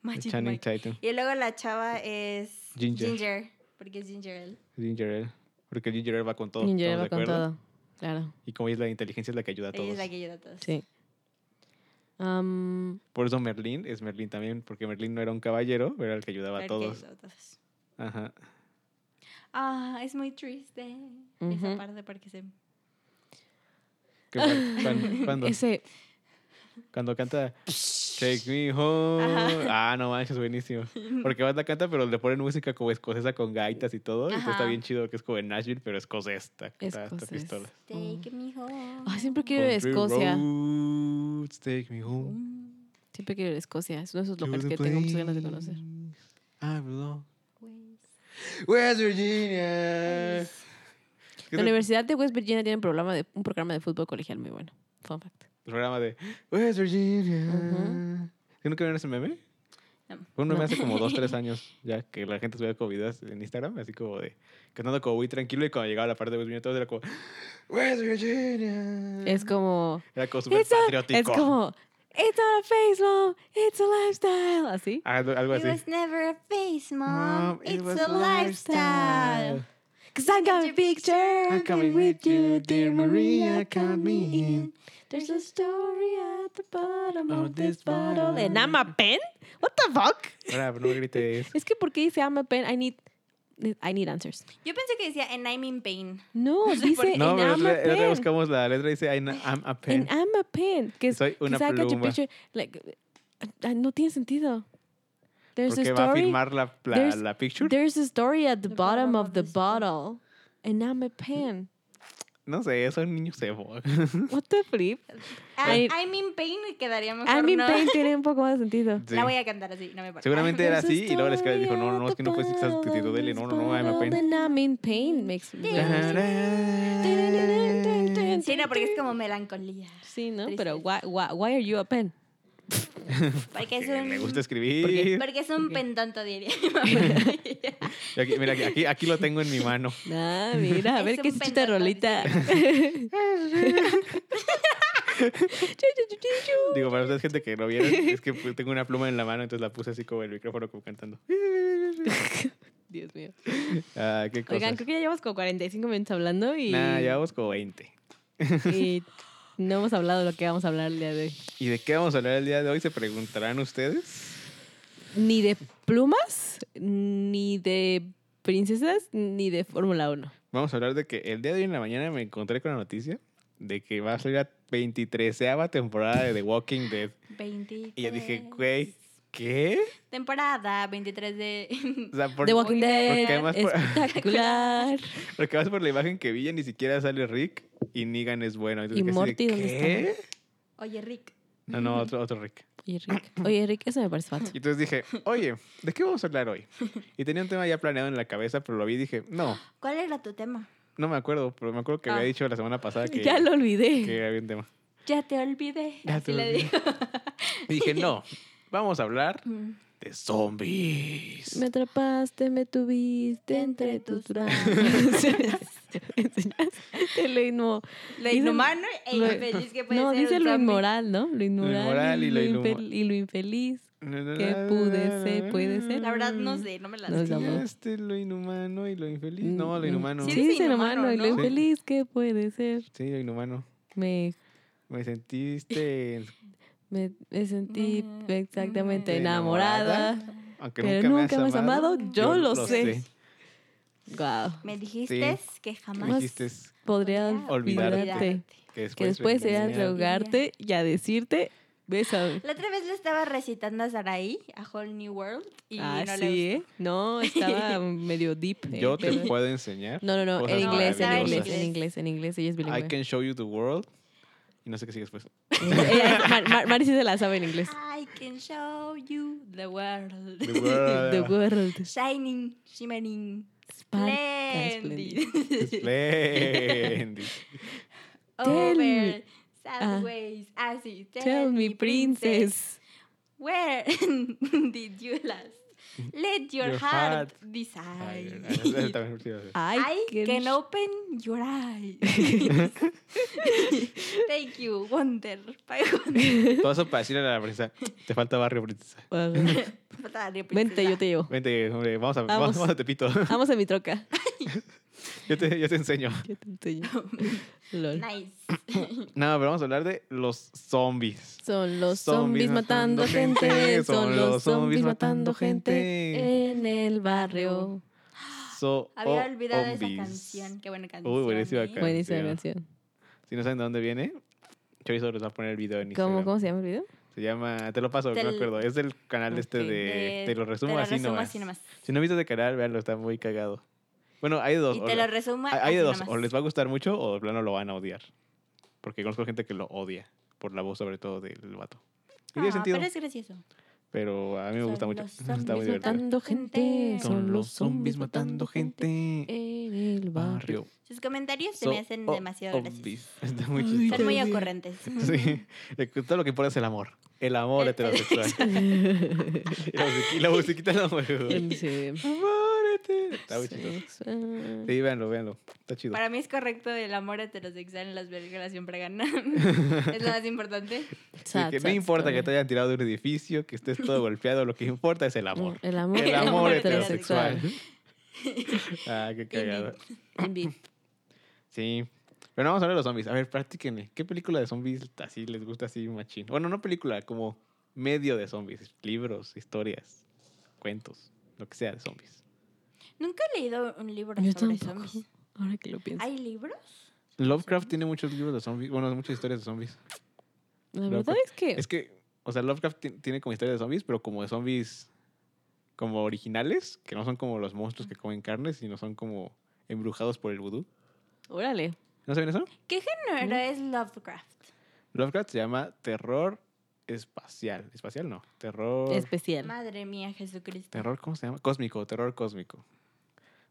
C: Magic
B: Channing
C: Mike.
B: Tatum.
C: Y luego la chava es.
B: Ginger.
C: Porque es Ginger Ale.
B: Ginger Ale. Porque Ginger Ale va con todo.
A: Y lleva
B: ¿estamos de
A: con
B: acuerdo?
A: todo. Claro.
B: Y como es la inteligencia es la que ayuda a
C: Ella
B: todos.
C: es la que ayuda a todos.
A: Sí. Am,
B: Por eso Merlín es Merlín también, porque Merlín no era un caballero, pero era el que ayudaba
C: La
B: a
C: que ayuda
B: todos.
C: a todos.
B: Ajá.
C: Ah, es muy triste.
A: Ujú. Mm.
C: Esa parte porque se.
B: Que cuan-
A: *laughs*
B: cuan- cuando,
A: ese,
B: cuando canta Take Me Home.
C: Ajá.
B: Ah, no
A: *laughs*
B: manches, buenísimo. Porque banda canta, pero le ponen música como escocesa con gaitas y todo. Y esto está
C: Ajá.
B: bien chido, que es como en Nashville, pero escocés. Está, está, está
A: Escocés.
B: pistola.
C: Take me home.
A: Ay, siempre quiero ir a
B: Country
A: Escocia.
B: roads, take me home.
C: Mm,
A: Siempre quiero ir a Escocia. Es uno de esos
B: to
A: lugares
B: the
A: que tengo muchas ganas de conocer.
B: place I belong.
C: pues,
B: West Virginia.
C: pues.
A: La Universidad de West Virginia tiene un programa de, un programa de fútbol colegial muy bueno. Fun fact.
B: El programa de West Virginia.
A: Ujú.
B: ¿Sí nunca vieron ese meme?
C: No.
B: Fue un meme
A: No.
B: hace como
A: *laughs*
B: dos, tres años ya que la gente subía comidas en Instagram, así como de cantando como muy tranquilo y cuando llegaba la parte de West Virginia todo era como West Virginia.
A: Es como.
B: Era como súper
A: It's a,
B: patriótico.
A: es como. It's not a face, mom. It's a lifestyle. Así.
B: Algo, algo
C: It
B: así.
C: was never a face, mom.
B: Mom, Mm, it
C: It's
B: was
C: a lifestyle.
A: Cause I got a picture.
B: I'm coming with you, dear Maria, count me in.
A: There's a story at the bottom
B: Oh,
A: of this
B: this
A: bottle. And
B: bottle.
A: I'm a pen? What the fuck? *laughs*
B: Ahora, no me grites.
A: Es que porque dice I'm a pen, I need I need answers.
C: Yo pensé que decía, and I'm in pain.
B: *laughs*
A: No,
C: No sé por
A: dice
C: qué.
B: No,
A: and
B: pero
A: I'm a
B: le- le
A: pen.
B: buscamos la letra y dice I'm a, I'm a pen.
A: And I'm a pen. Que es,
B: Soy una
A: que saca tu
B: pluma.
A: picture, like, ah, no tiene sentido. There's a
B: Porque va a
A: story.
B: firmar la, la,
A: There's-
B: la picture.
A: There's a story at the
C: The
A: bottom
C: bottom
A: of
C: of
A: the
C: the story.
A: bottle. And I'm a pen.
B: No sé, es un niño cebo. *laughs*
A: What the flip?
C: I'm,
A: Ay.
C: Ah, I'm in pain y quedaría mejor.
A: I'm in
C: ¿no?
A: pain tiene un poco más sentido.
B: Sí.
C: *laughs* La voy a cantar así, no me importa.
B: Seguramente *laughs* era
A: There's a
B: así y luego la escala dijo,
A: story
B: no, no,
A: at
B: es que no
A: the
B: puedes estar
A: bottom
B: sustituto
A: of
B: de él.
A: this
B: No, no, no, I'm a
A: bottle
B: pen.
A: And I'm in pain makes
C: Sí, no, porque es como melancolía.
A: Sí, ¿no?
C: Triste.
A: Pero why, why, why are you a pen?
C: Porque es
B: Que
C: un.
B: Le gusta escribir.
C: Porque es un pentonto,
B: *laughs*
C: diría. mi mamá.
B: Y Aquí, mira, aquí, aquí lo tengo en mi mano.
A: Ah, mira, a
C: *laughs* Es
A: ver qué
C: un
A: es esta
C: pentatón.
A: rolita.
C: *laughs*
A: *laughs*
B: Digo, para ustedes, gente que no vieron, es que pues, tengo una pluma en la mano, entonces la puse así como el micrófono, como cantando.
A: Dios mío.
B: Ah, qué cosas.
A: Oigan, creo que ya llevamos como 45 minutos hablando y,
B: Nah, llevamos como 20.
A: *laughs* y no hemos hablado de lo que vamos a hablar el día de hoy.
B: ¿Y de qué vamos a hablar el día de hoy? Se preguntarán ustedes.
A: Ni de plumas, ni de princesas, ni de Fórmula 1.
B: Vamos a hablar de que el día de hoy en la mañana me encontré con la noticia de que va a salir la 23 temporada de The Walking Dead.
C: 23.
B: Y yo dije, güey, ¿qué?
C: Temporada 23 de.
B: *laughs* O sea, por-
A: The Walking Dead,
B: porque además por-
C: *laughs*
A: espectacular.
B: Porque vas por la imagen que vi, ya ni siquiera sale Rick y Negan es bueno. Entonces,
A: ¿Y
B: que así de,
A: Morty dónde
B: ¿qué?
C: Oye, Rick.
B: No, no, otro, otro Rick.
A: Y Rick. Oye, Rick, eso me parece falso.
B: Y entonces dije, oye, ¿de qué vamos a hablar hoy? Y tenía un tema ya planeado en la cabeza, pero lo vi y dije, no,
C: ¿Cuál era tu tema?
B: no me acuerdo, pero me acuerdo que
C: Ah.
B: había dicho la
A: *laughs*
B: semana pasada que,
A: Ya lo olvidé.
B: que había un tema.
C: Ya te olvidé.
B: Ya
C: Así
B: te
C: le
B: olvidé. *laughs*
C: digo.
B: Y dije, no, vamos a hablar
C: Mm.
B: de zombies.
A: Me atrapaste, me tuviste entre
C: Entre
A: tus
C: tus
A: brazos. *laughs* Enseñaste lo inmo-
C: Lo
A: Dicen-
C: inhumano e
A: lo-
C: infeliz que puede
A: No,
C: ser.
A: dice
C: un
A: lo
C: zombie.
A: inmoral, ¿no? Lo inmoral
B: inmoral
A: y,
B: y
A: lo,
B: lo
A: infel-
B: inhuma-
A: y lo infeliz. que pude ser, puede ser.
C: La verdad, no sé, no me las
A: Mm. No es
C: sé.
A: la voz.
B: Este lo inhumano y lo infeliz.
A: Mm,
B: No, lo
A: mm.
B: inhumano.
A: Sí,
C: Sí, dice
A: dice lo
C: inhumano,
A: malo y lo
C: ¿no?
A: infeliz que puede ser.
B: Sí, lo inhumano.
A: Me,
B: Me
A: *laughs*
B: sentiste en-
A: me, me sentí
C: Mm,
A: exactamente
B: mm.
A: enamorada.
B: Aunque
A: Pero
B: nunca, me has amado.
A: amado, yo lo sé. Guau.
C: Me dijiste que
B: Me
C: jamás.
B: dijiste
A: Podría
C: podría
B: olvidarte.
A: olvidarte.
B: que después,
A: Que después
B: vendría.
A: era rogarte y a decirte, bésame.
C: La otra vez le estaba recitando a Saraí, a Whole New World, y
A: Ah,
C: no le
A: sí, ¿eh? No,
C: *laughs*
A: estaba medio deep. eh,
B: Yo te
A: *laughs* pero-
B: puedo enseñar.
A: No, no, no,
B: cosas
A: en inglés, en inglés,
C: maravillosas.
A: en inglés, en inglés. Ella es bilingüe. *laughs*
B: I can show you the world. Y no sé qué sigue después.
A: Ella es- Mar- Mar- Mari sí se la sabe en inglés.
C: gustó. I can show you the world. *laughs*
B: The world.
A: The world.
C: Shining, shimmering,
A: Sparta, Ah, splendid.
C: *laughs* splendid.
B: Splendid.
A: Tell me. Ah.
C: Over, sideways, Ah, así.
A: Tell me, princess.
C: Where *laughs* did you last? Let your,
B: Your
C: heart,
B: heart Ay,
C: decide.
B: esa también sí iba a
A: Ah.
B: ser.
C: I can
A: show-
C: open
A: *laughs*
C: your eyes. *laughs* Thank you, Wonder.
B: Todo eso para decirle a la princesa, te falta barrio, princesa.
A: *laughs* Vente, yo te llevo.
B: Vente, hombre, vamos a,
A: Vamos.
B: vamos. a Tepito. *laughs*
A: Vamos a mi troca.
B: Yo te, yo te enseño.
A: Yo te *laughs* enseño. Lol.
B: *laughs*
C: Nice.
B: No, pero vamos a hablar de los
A: *gasps*
B: zombies.
A: Son los zombies matando gente, son los zombies matando gente en el barrio.
B: So
C: Había olvidado
B: zombies.
C: esa canción. Qué buena canción.
B: Oh, Uy, buenísima
C: ¿eh?
B: canción.
A: Buenísima canción.
B: Si no saben de dónde viene, Chorizo les va a poner el video en
A: ¿Cómo,
B: Instagram.
A: ¿Cómo se llama el video?
B: Se llama, te lo paso, no
C: Del-
B: me acuerdo. Es del canal este
A: Ok.
B: de,
C: De-
B: te lo resumo,
C: te lo
B: así,
C: resumo
B: nomás.
C: así nomás.
B: Si no viste ese canal, veanlo, está muy cagado. Bueno, hay de dos.
C: Y
B: o-
C: te lo resumo.
B: hay, hay de
C: así
B: dos.
C: nomás.
B: O les va a gustar mucho o de plano lo van a odiar. Porque conozco gente que lo odia. Por la voz, sobre todo, del vato. Y tiene
C: Ah,
B: sentido.
C: Pero es gracioso.
B: Pero a mí me
C: Son
B: gusta mucho.
C: los
B: *laughs* Está muy
C: zombies
B: divertido.
A: Matando gente,
C: gente.
A: son los zombies matando gente
B: gente.
A: en el barrio.
C: Sus comentarios se
B: So
C: me hacen demasiado graciosos.
B: obvious. Está muy chistoso.
C: Son muy ocurrentes.
B: *laughs* Sí, de que todo lo que importa es el amor. El amor
C: El-
B: heterosexual.
A: *laughs*
B: y la musiquita, la musiquita no me gusta.
A: Sí.
B: Amor heterosexual. Está muy chistoso.
A: Sexual.
B: Sí, véanlo, véanlo. Está chido.
C: Para mí es correcto el amor heterosexual en las películas siempre gana. *laughs* es lo más importante.
B: Sí, que no
A: Sad,
B: importa
A: sad
B: que te hayan tirado de un edificio, que estés todo golpeado, lo que importa es el amor.
A: story. El amor, *laughs*
B: El amor heterosexual.
C: heterosexual.
B: ah, qué cagado.
A: Envy.
B: Sí. Pero no vamos a hablar de los zombies. A ver, practíquenle. ¿Qué película de zombies así les gusta así machín? Bueno, no película, como medio de zombies. Libros, historias, cuentos, lo que sea de zombies.
C: Nunca he leído un libro
A: Yo
C: sobre
A: tampoco.
C: zombies.
A: Ahora que lo pienso.
C: ¿Hay libros?
B: Lovecraft tiene muchos libros de zombies, bueno, muchas historias de zombies.
A: la verdad
B: Lovecraft.
A: es que,
B: pues, Es que, o sea, Lovecraft ti- tiene como historias de zombies, pero como de zombies como originales, que no son como los monstruos que comen carne, sino son como embrujados por el vudú.
A: órale,
B: ¿No saben eso?
C: ¿Qué género
A: No.
C: es Lovecraft?
B: Lovecraft se llama terror espacial. Espacial no, terror...
A: especial.
C: Madre mía, Jesucristo.
B: terror, ¿cómo se llama? Cósmico, terror cósmico.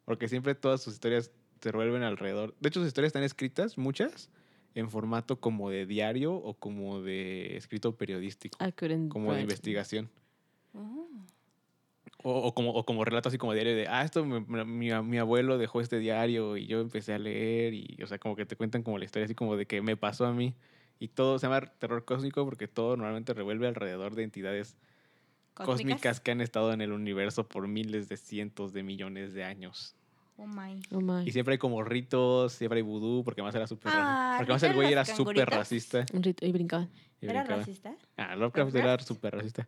B: Porque siempre todas sus historias se revuelven alrededor. De hecho, sus historias están escritas, muchas, en formato como de diario o como de escrito periodístico,
A: I couldn't
B: como de
A: write.
B: investigación.
C: Oh.
B: O, o como, o como relato así como diario de, ah, esto me- me- mi, a- mi abuelo dejó este diario y yo empecé a leer y, o sea, como que te cuentan como la historia así como de que me pasó a mí. Y todo se llama terror cósmico porque todo normalmente revuelve alrededor de entidades
C: ¿Cósmicas?
B: cósmicas que han estado en el universo por miles de cientos de millones de años.
C: Oh my.
A: Oh my.
B: Y siempre hay como ritos, siempre hay vudú, porque más era súper
C: Ah,
B: ra- Porque más el
C: ¿viste
B: güey era
C: los
B: súper
C: canguritos?
B: racista.
A: Un rito- y brincaba.
B: y
C: ¿Era
B: brincaba.
C: racista?
B: Ah, Lovecraft era
C: ¿Lovecraft?
B: súper racista.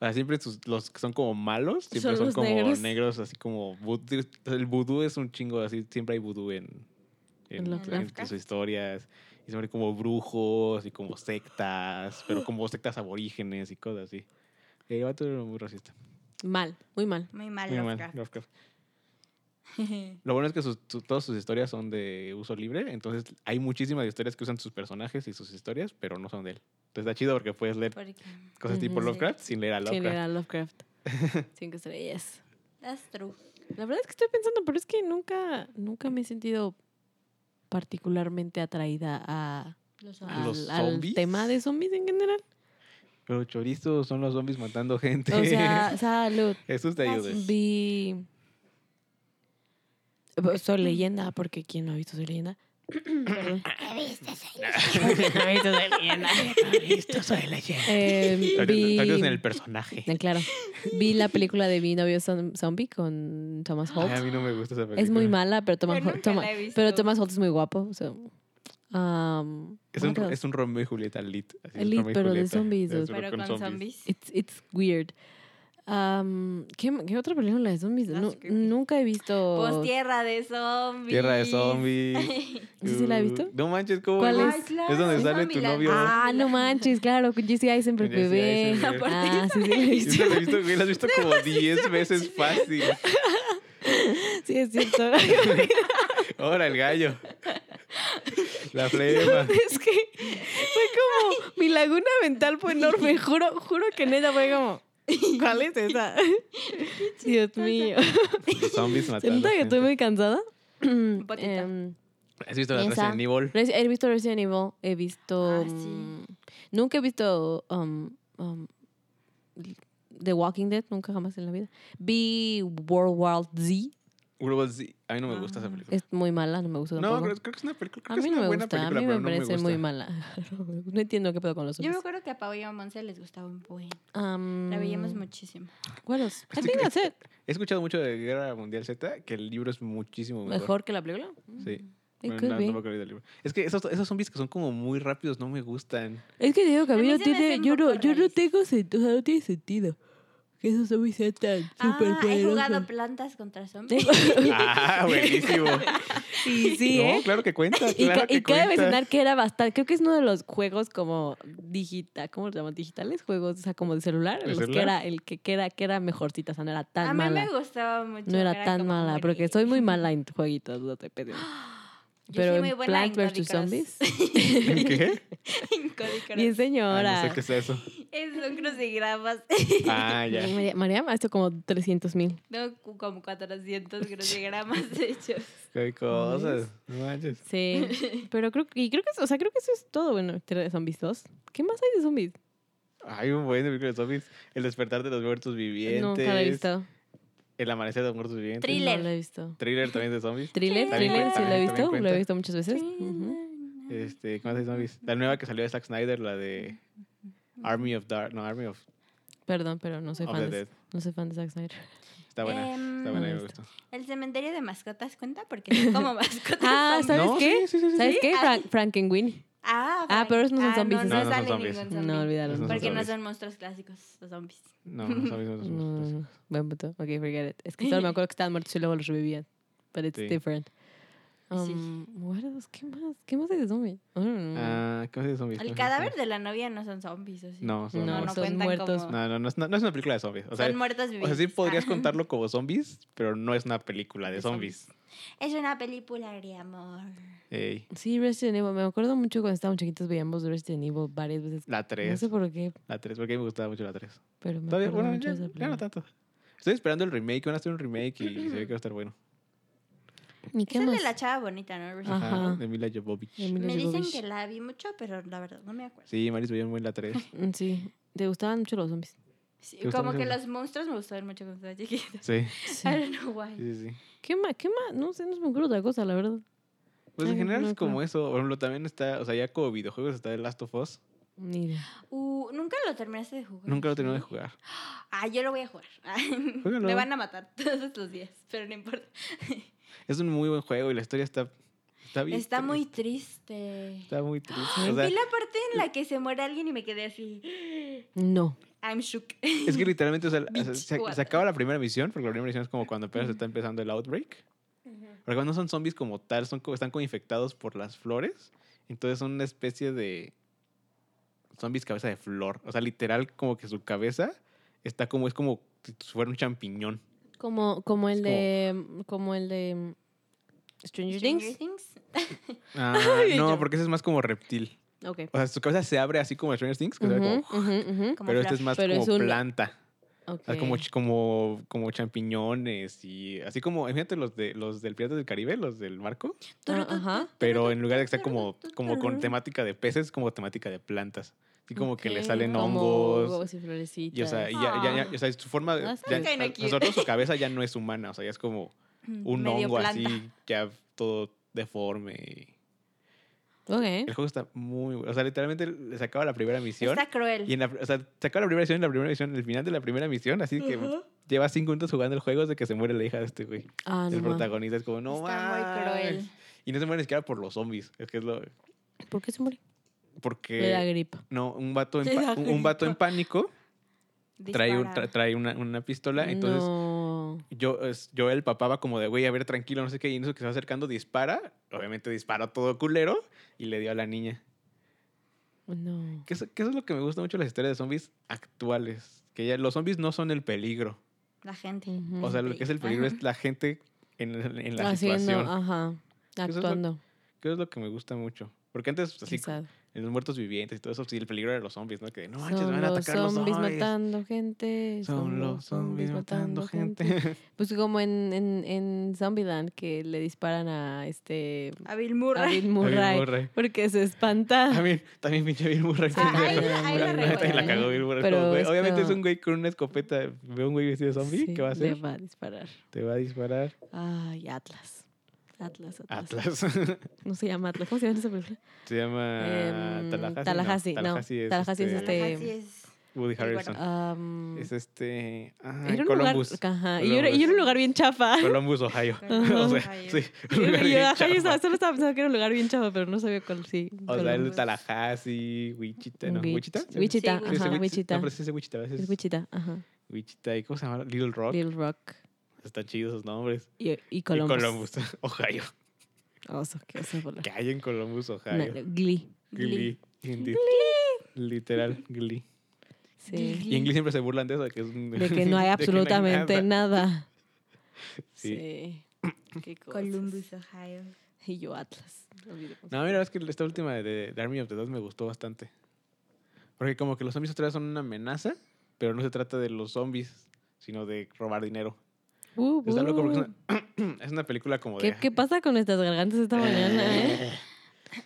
B: O sea, siempre sus- los que son como malos, siempre
A: Son
B: son,
A: los
B: como
A: negros.
B: negros. así como... vudú. El vudú es un chingo, así siempre hay vudú en,
A: En
B: en,
A: Lovecraft.
B: en- en sus historias. Y siempre hay como brujos y como sectas, pero como sectas aborígenes y cosas así. El vato era muy racista.
A: Mal, muy mal.
C: Muy mal,
B: Muy mal,
C: Lovecraft. *laughs*
B: Lovecraft. Lo bueno es que sus- su- todas sus historias son de uso libre, entonces hay muchísimas historias que usan sus personajes y sus historias, pero no son de él. Entonces está chido porque puedes leer
C: Porque
B: cosas tipo
A: Ujú.
B: Lovecraft sin leer a
A: ¿Quién
B: Lovecraft.
A: era
B: *laughs*
A: Lovecraft? Cinco estrellas.
C: that's true.
A: La verdad es que estoy pensando, pero es que nunca, nunca me he sentido particularmente atraída a,
C: Los
A: al-
B: ¿Los
A: al
B: zombies?
A: tema de zombies en general.
B: Pero chorizos son los zombies matando gente.
A: O sea, salud.
B: *laughs* Jesús te ayude.
C: Gracias.
A: Vi. Soy leyenda, porque ¿quién no ha visto Soy leyenda? Perdón.
C: *laughs*
A: No he visto Soy leyenda.
B: Listo, soy leyenda. *laughs*
A: Eh, vi.
B: en el personaje.
A: Eh, Claro. Vi la película de Mi novio zom- zombie con Thomas Holt.
B: Ay, a mí no me gusta esa Ah, película.
A: Es muy mala, pero Thomas,
C: Yo
A: Holt-
C: nunca
A: Toma-
C: la he visto.
A: pero Thomas Holt es muy guapo. so, um,
B: Es
A: oh my
B: un,
A: God.
B: es un Romeo y Julieta lit. así, es
A: Lit,
B: Romeo y
A: pero de
B: Julieta,
A: zombies,
B: es
A: dude.
B: solo
C: Pero con zombies.
A: It's, it's weird. Um, ¿qué, ¿Qué otra película de zombies?
C: That's
A: Nu-
C: Ah, creepy.
A: nunca he visto.
C: Pues tierra de zombies.
B: Tierra de zombies.
A: *laughs* ¿Sí sí la has visto?
B: Uh, No manches, ¿cómo?
A: ¿Cuál
B: no?
A: es?
B: Es donde
C: Ay,
B: sale
C: claro,
B: tu
C: es una
B: novio.
A: Ah, no manches, claro, con Jesse Eisenberg,
B: Con Jesse
A: bebé.
B: Eisenberg. Aparte,
A: Ah, sí, sí, la he
B: Sí,
A: visto.
B: la he visto, güey, la
A: *laughs*
B: has visto como 10 veces fácil.
A: sí, es *laughs* cierto.
B: Ahora el gallo.
A: *laughs*
B: La flema.
A: es que fue como mi laguna mental fue *laughs* enorme. Juro, juro que neta fue como, ¿cuál es esa? Dios mío.
B: Zombies
A: Se
B: matando.
A: nota que estoy
B: gente.
A: muy cansada.
C: poquito.
A: Em,
B: ¿Has visto la
A: Esa.
B: Resident Evil?
A: Resi- He visto Resident Evil, he visto.
C: Ah, sí.
A: mm, Nunca he visto um, um, The Walking Dead, nunca jamás en la vida. Vi World War Z,
B: World Z. A mí no me gusta esa película.
A: es muy mala, no me gusta
B: No,
A: tampoco.
B: creo, creo que es una película.
A: a
B: creo que
A: mí
B: es
A: no
B: una
A: me
B: buena
A: gusta, a
B: película,
A: mí
B: pero
A: me
B: no
A: parece
B: gusta.
A: muy mala. *laughs* no entiendo qué pedo con los
C: Yo me
A: zombies.
C: acuerdo que a Pau y a Monse les gustaba un buen.
A: Um,
C: La veíamos muchísimo.
A: ¿Cuál es? I think that's it.
B: He escuchado mucho de Guerra Mundial Z, que el libro es muchísimo mejor.
A: ¿Mejor que la película?
B: Sí.
A: It
B: Bueno,
A: could
B: no,
A: be.
B: no me acuerdo del libro. Es que esos, esos zombies que son como muy rápidos no me
A: *laughs*
B: gustan.
A: Es que digo que a
C: A
A: mí
C: mí
A: no
C: se me hace
A: tiene,
C: un
A: yo no,
C: poco
A: yo no
C: realista.
A: tengo sentido, o sea, no tiene sentido. Que esos zombies sean tan
C: Ah,
A: súper
C: he jugado
A: poderosos.
C: plantas contra zombies.
A: *laughs*
B: ah, buenísimo.
A: Sí, sí,
B: no,
A: ¿eh?
B: claro que cuenta.
A: Y,
B: Claro
A: ca-
B: que
A: y cabe
B: cuenta.
A: mencionar que era bastante, creo que es uno de los juegos como digital, ¿cómo lo llaman? Digitales, juegos, o sea, como de celular,
B: ¿De
A: los que
B: celular?
A: era el que, que era, que era mejorcita, o sea, no era tan
C: a mí
A: mala.
C: me gustaba mucho.
A: No era tan
C: como
A: mala,
C: morir.
A: porque soy
C: *laughs*
A: muy mala en jueguitos, no te pedo.
C: Yo
A: Pero
C: soy
A: en
C: muy buena
A: Plants
C: en
A: vs.
C: Candy Crush.
A: Zombies,
B: *laughs*
A: *laughs*
B: ¿En qué?
C: En Candy Crush.
A: bien
B: Ah,
A: señora.
B: no sé qué es eso.
C: Es un crucigramas. *laughs*
B: Ah, ya.
A: *laughs* María- María ha hecho como 300 mil.
C: Tengo cu- como
A: *laughs*
C: 400 crucigramas hechos.
B: Qué cosas. No manches.
A: Sí, pero creo que, y creo que, es- o sea, creo que eso es todo, bueno, tierra de zombies 2. ¿Qué más hay de zombies?
B: Hay un buen de películas de zombies. El despertar de los muertos vivientes.
A: Nunca lo he visto.
B: El amanecer de los muertos vivientes.
C: Thrill.
A: No
C: Thriller.
A: lo he visto.
B: Thriller también de zombies.
A: Thriller,
C: También
A: thriller,
C: cuenta,
A: sí lo he
B: también
A: visto, lo he
B: cuenta.
A: visto muchas veces. Ujú.
B: Este, ¿cómo se dice zombies? La nueva que salió de Zack Snyder, la de Army of Dark. No, Army of,
A: Perdón, pero no soy
B: of
A: fan
B: the
A: de,
B: Dead.
A: no soy fan de Zack Snyder.
B: Está buena.
C: Em,
B: está buena,
A: no
B: me
A: he visto.
B: gustó.
C: El cementerio de mascotas cuenta porque son como mascotas.
A: *laughs* Ah,
C: zombies.
A: ¿sabes
B: No,
A: qué?
B: sí, sí, sí, sí.
A: ¿Sabes
C: Sí,
A: qué?
C: ah,
A: Frank, Frankenweenie.
C: Ah,
A: Ah, pero esos no son zombies,
C: No,
B: esos
C: no,
B: no son
C: sale
B: zombies.
C: ningún zombie.
A: No, olvídalo.
B: Esos
A: No,
B: son
C: Porque no
B: zombies.
C: son monstruos clásicos, los zombies.
B: No, no sabemos. no
A: no,
B: sabemos.
A: no. Mm, Buen punto. Ok, forget it. Es que solo me acuerdo que estaban muertos y luego los revivían. But it's
B: Sí.
A: different.
C: Sí.
A: Um, what else? ¿Qué más? ¿Qué más hay de zombie? I don't know.
B: Ah, ¿qué más de zombies?
C: El
B: No,
C: cadáver de la novia no son zombies, ¿o sí?
B: No,
A: no,
B: son-
C: no,
B: no,
C: no
A: son
C: cuentan
A: muertos.
C: como-
B: no, no, no es, no es una película de zombies. O sea,
C: son muertos
B: o
C: vivientes.
B: sea, sí podrías
C: Ah.
B: contarlo como zombies, pero no es una película de
C: De
B: zombies.
C: Es una película de amor.
B: Ey,
A: Sí, Resident Evil. Me acuerdo mucho cuando estábamos chiquitos veíamos Resident Evil varias veces.
B: la
A: No
B: 3.
A: sé por qué,
B: La 3, porque a mí me gustaba mucho la 3.
A: pero me
B: Todavía,
A: acuerdo
B: bueno,
A: mucho
B: ya,
A: de esa
B: ya
A: película.
B: no tanto. Estoy esperando el remake, van a hacer un remake y se ve que va a estar bueno.
A: ¿Y
C: Es
A: qué
C: el de
A: más? Ah,
C: la chava bonita, ¿no? Resident
A: Ajá.
B: Ajá, de Mila Jovovich.
A: Mila
C: Me dicen
A: Jovovich.
C: que la vi mucho, pero la verdad no me acuerdo.
B: Sí, Maris veía muy la 3.
A: Mm, Sí. ¿Te gustaban mucho los zombies?
C: Sí,
B: ¿Te gustó
C: como que
B: mucho?
C: los monstruos me gustaban mucho cuando estaba chiquita.
B: Sí,
A: Sí.
C: *laughs* I don't know why.
B: sí, sí.
A: ¿Qué más? ¿Qué más? No sé, no se me ocurre otra cosa, la verdad.
B: Pues en
A: Ay,
B: general
A: no
B: es como
A: creo.
B: eso. Por ejemplo, también está, o sea, ya como videojuegos está The Last of Us.
A: Ni idea.
C: Uh, Nunca lo terminaste de jugar.
B: Nunca lo he terminado de
C: ¿Sí?
B: jugar.
C: Ah, yo lo voy a jugar. *laughs*
B: Juégalo.
C: me van a matar todos los días, pero
B: *laughs*
C: no importa.
B: Es un muy buen juego y la historia está, está bien.
C: Está
B: triste.
C: muy ¡Ah! triste.
B: Está muy triste.
A: Ay,
B: O sea,
C: Vi la parte en la que se muere alguien y me quedé así. *gasps*
A: No.
C: I'm shook.
B: es
C: *laughs*
B: que literalmente o sea,
C: Bitch,
B: se- se,
C: what?
B: acaba la primera misión, porque la primera misión es como cuando apenas está empezando el outbreak. Porque cuando no son zombies como tal, son, co- están como infectados por las flores. Entonces son una especie de zombies cabeza de flor. O sea, literal como que su cabeza está como, es como si fuera un champiñón.
A: Como, como el
B: Es como-
A: de. Como el de. mm, Stranger Things.
C: Stranger Things.
B: Ah,
A: *laughs*
B: no,
A: yo-
B: porque ese es más como reptil.
A: Ok.
B: O sea, su cabeza se abre así como Stranger Things, que se abre como-
A: Ujú, ujú, ujú.
C: Como
B: pero este es
C: Flash.
B: más
A: Pero
B: como
A: es un-
B: planta. O sea, como,
A: Ok.
B: ch- como, como champiñones y así como, imagínate los, de, los del Piratas del Caribe, los del barco,
A: Ah, Ajá.
B: pero en lugar de que sea como, como con temática de peces, como temática de plantas. Así como que le
A: Ok.
B: salen
A: Como
B: hongos.
A: huevos y florecitas.
B: Y, o sea, y ya, ya- ya- o sea, su forma, de-
A: Ah,
B: ya-
C: está kinda
B: a-
C: cute.
B: nosotros su cabeza ya no es humana, o sea, ya es como un
C: Medio
B: hongo
C: planta.
B: así, ya todo deforme. y-
A: *laughs* Ok.
B: El juego está muy bueno. O sea, literalmente les acaba la primera misión.
C: Está cruel.
B: Y en la, o sea, se acaba la primera misión, en la primera misión, el final de la primera misión, así que lleva cinco minutos jugando el juego de que se muere la hija de este güey.
A: Ah,
B: el
A: no. ma.
B: protagonista es como, no
C: Está muy
B: mames.
C: cruel.
B: Y no se muere ni siquiera por los zombies. Es que es lo.
A: ¿Por qué se muere? Le da
B: Porque.
A: gripa.
B: No, un vato en,
C: Le da
B: pa- un, un vato en pánico trae, un-
C: Dispara.
B: tra- trae una, una pistola. Entonces,
A: no.
B: yo, es- yo, el papá va como de, güey, a ver, tranquilo, no sé qué. Y en eso que se va acercando, dispara. Obviamente disparó todo culero y le dio a la niña.
A: No.
B: Que eso, que eso es lo que me gusta mucho de las historias de zombies actuales. Que ya los zombies no son el peligro.
C: La gente.
A: Ujú.
B: O sea, lo que es el peligro
C: Ajá.
B: es la gente en, el- en la
A: Haciendo,
B: situación.
A: ajá.
B: eso es lo-
A: Actuando.
B: Que eso es lo que me gusta mucho. Porque antes, así,
A: quizá.
B: en los muertos vivientes y todo eso, sí, el peligro era los zombies, ¿no? Que no manches,
A: Son
B: van a
A: los
B: atacar los
A: zombies
B: zombies.
A: matando gente.
B: son los zombies matando gente. *laughs*
A: Pues como en, en, en Zombieland que le disparan a este
C: A Bill Murray.
A: a Bill
B: Bill
A: Murray
B: Murray.
A: porque se espanta.
B: También, también pinche Bill Murray.
C: Ah, ahí la- ahí la
B: También la
C: recuerdo.
B: cagó Bill Murray.
A: Pero
B: como, güey,
A: es
B: obviamente es
A: como-
B: un güey con una escopeta. Ve a un güey vestido de zombie.
A: Sí,
B: ¿Qué va a hacer?
A: Le va a disparar.
B: Te va a disparar.
A: Ay, Atlas. Atlas, Atlas.
B: Atlas. *laughs*
A: No se llama Atlas. ¿Cómo se llama esa película?
B: Se llama
A: Em,
B: Tallahassee.
A: Tallahassee, no.
B: Tallahassee es,
A: Tallahassee es
B: este,
A: este-
C: Así es.
B: Woody
C: bueno.
B: Harrelson.
A: Am,
B: Es este. ah,
A: era un
B: Columbus.
A: *laughs* lugar. Ajá. Y era, y era un
C: Columbus.
A: lugar bien
B: *laughs*
A: chafa.
B: Columbus, Ohio. *laughs* o
C: Columbus,
B: sea,
C: Ohio.
B: sí.
A: *laughs* Y
B: un
A: yo,
B: lugar bien
A: ajá, yo
B: chafa.
A: estaba- solo estaba pensando que era un lugar bien chafa, pero no sabía cuál. Sí.
B: O sea, el
A: Columbus.
B: Tallahassee, Wichita, ¿no?
A: Wich-
B: ¿Wichita? Sí,
A: Wichita,
C: Sí,
B: sí, sí,
A: ajá,
B: No,
A: Wichita.
B: pero sí es de Wichita. a veces
A: Es Wichita, ajá.
B: Wichita. ¿Y cómo se llama? Little Rock.
A: Little Rock
B: Están chidos esos nombres.
A: y, y
B: Y
A: Columbus.
B: Columbus, *laughs* Ohio.
A: Oso, qué oso volar.
B: ¿Qué hay en Columbus,
A: No,
B: Ohio?
A: Glee.
B: Glee. Indeed. Literal, Glee.
A: Sí.
B: Y en Glee siempre se burlan de eso, de que es un-
A: De
B: *laughs*
A: que no hay
B: de que no
A: absolutamente
B: nada.
A: nada.
B: Sí.
A: Sí.
B: *clears throat*
A: Qué cosas.
C: Columbus, Ohio.
A: Y yo Atlas. No olvido cómo se
B: No, mira, es que esta última de, de Army of the Dead me gustó bastante. Porque como que los zombies otra vez son una amenaza, pero no se trata de los zombies, sino de robar dinero.
A: llama. Uh,
B: Está loco porque es
A: uh.
B: una, *clears throat* es una película como de...
A: ¿Qué, qué pasa con nuestras gargantas esta mañana, eh?
B: *laughs*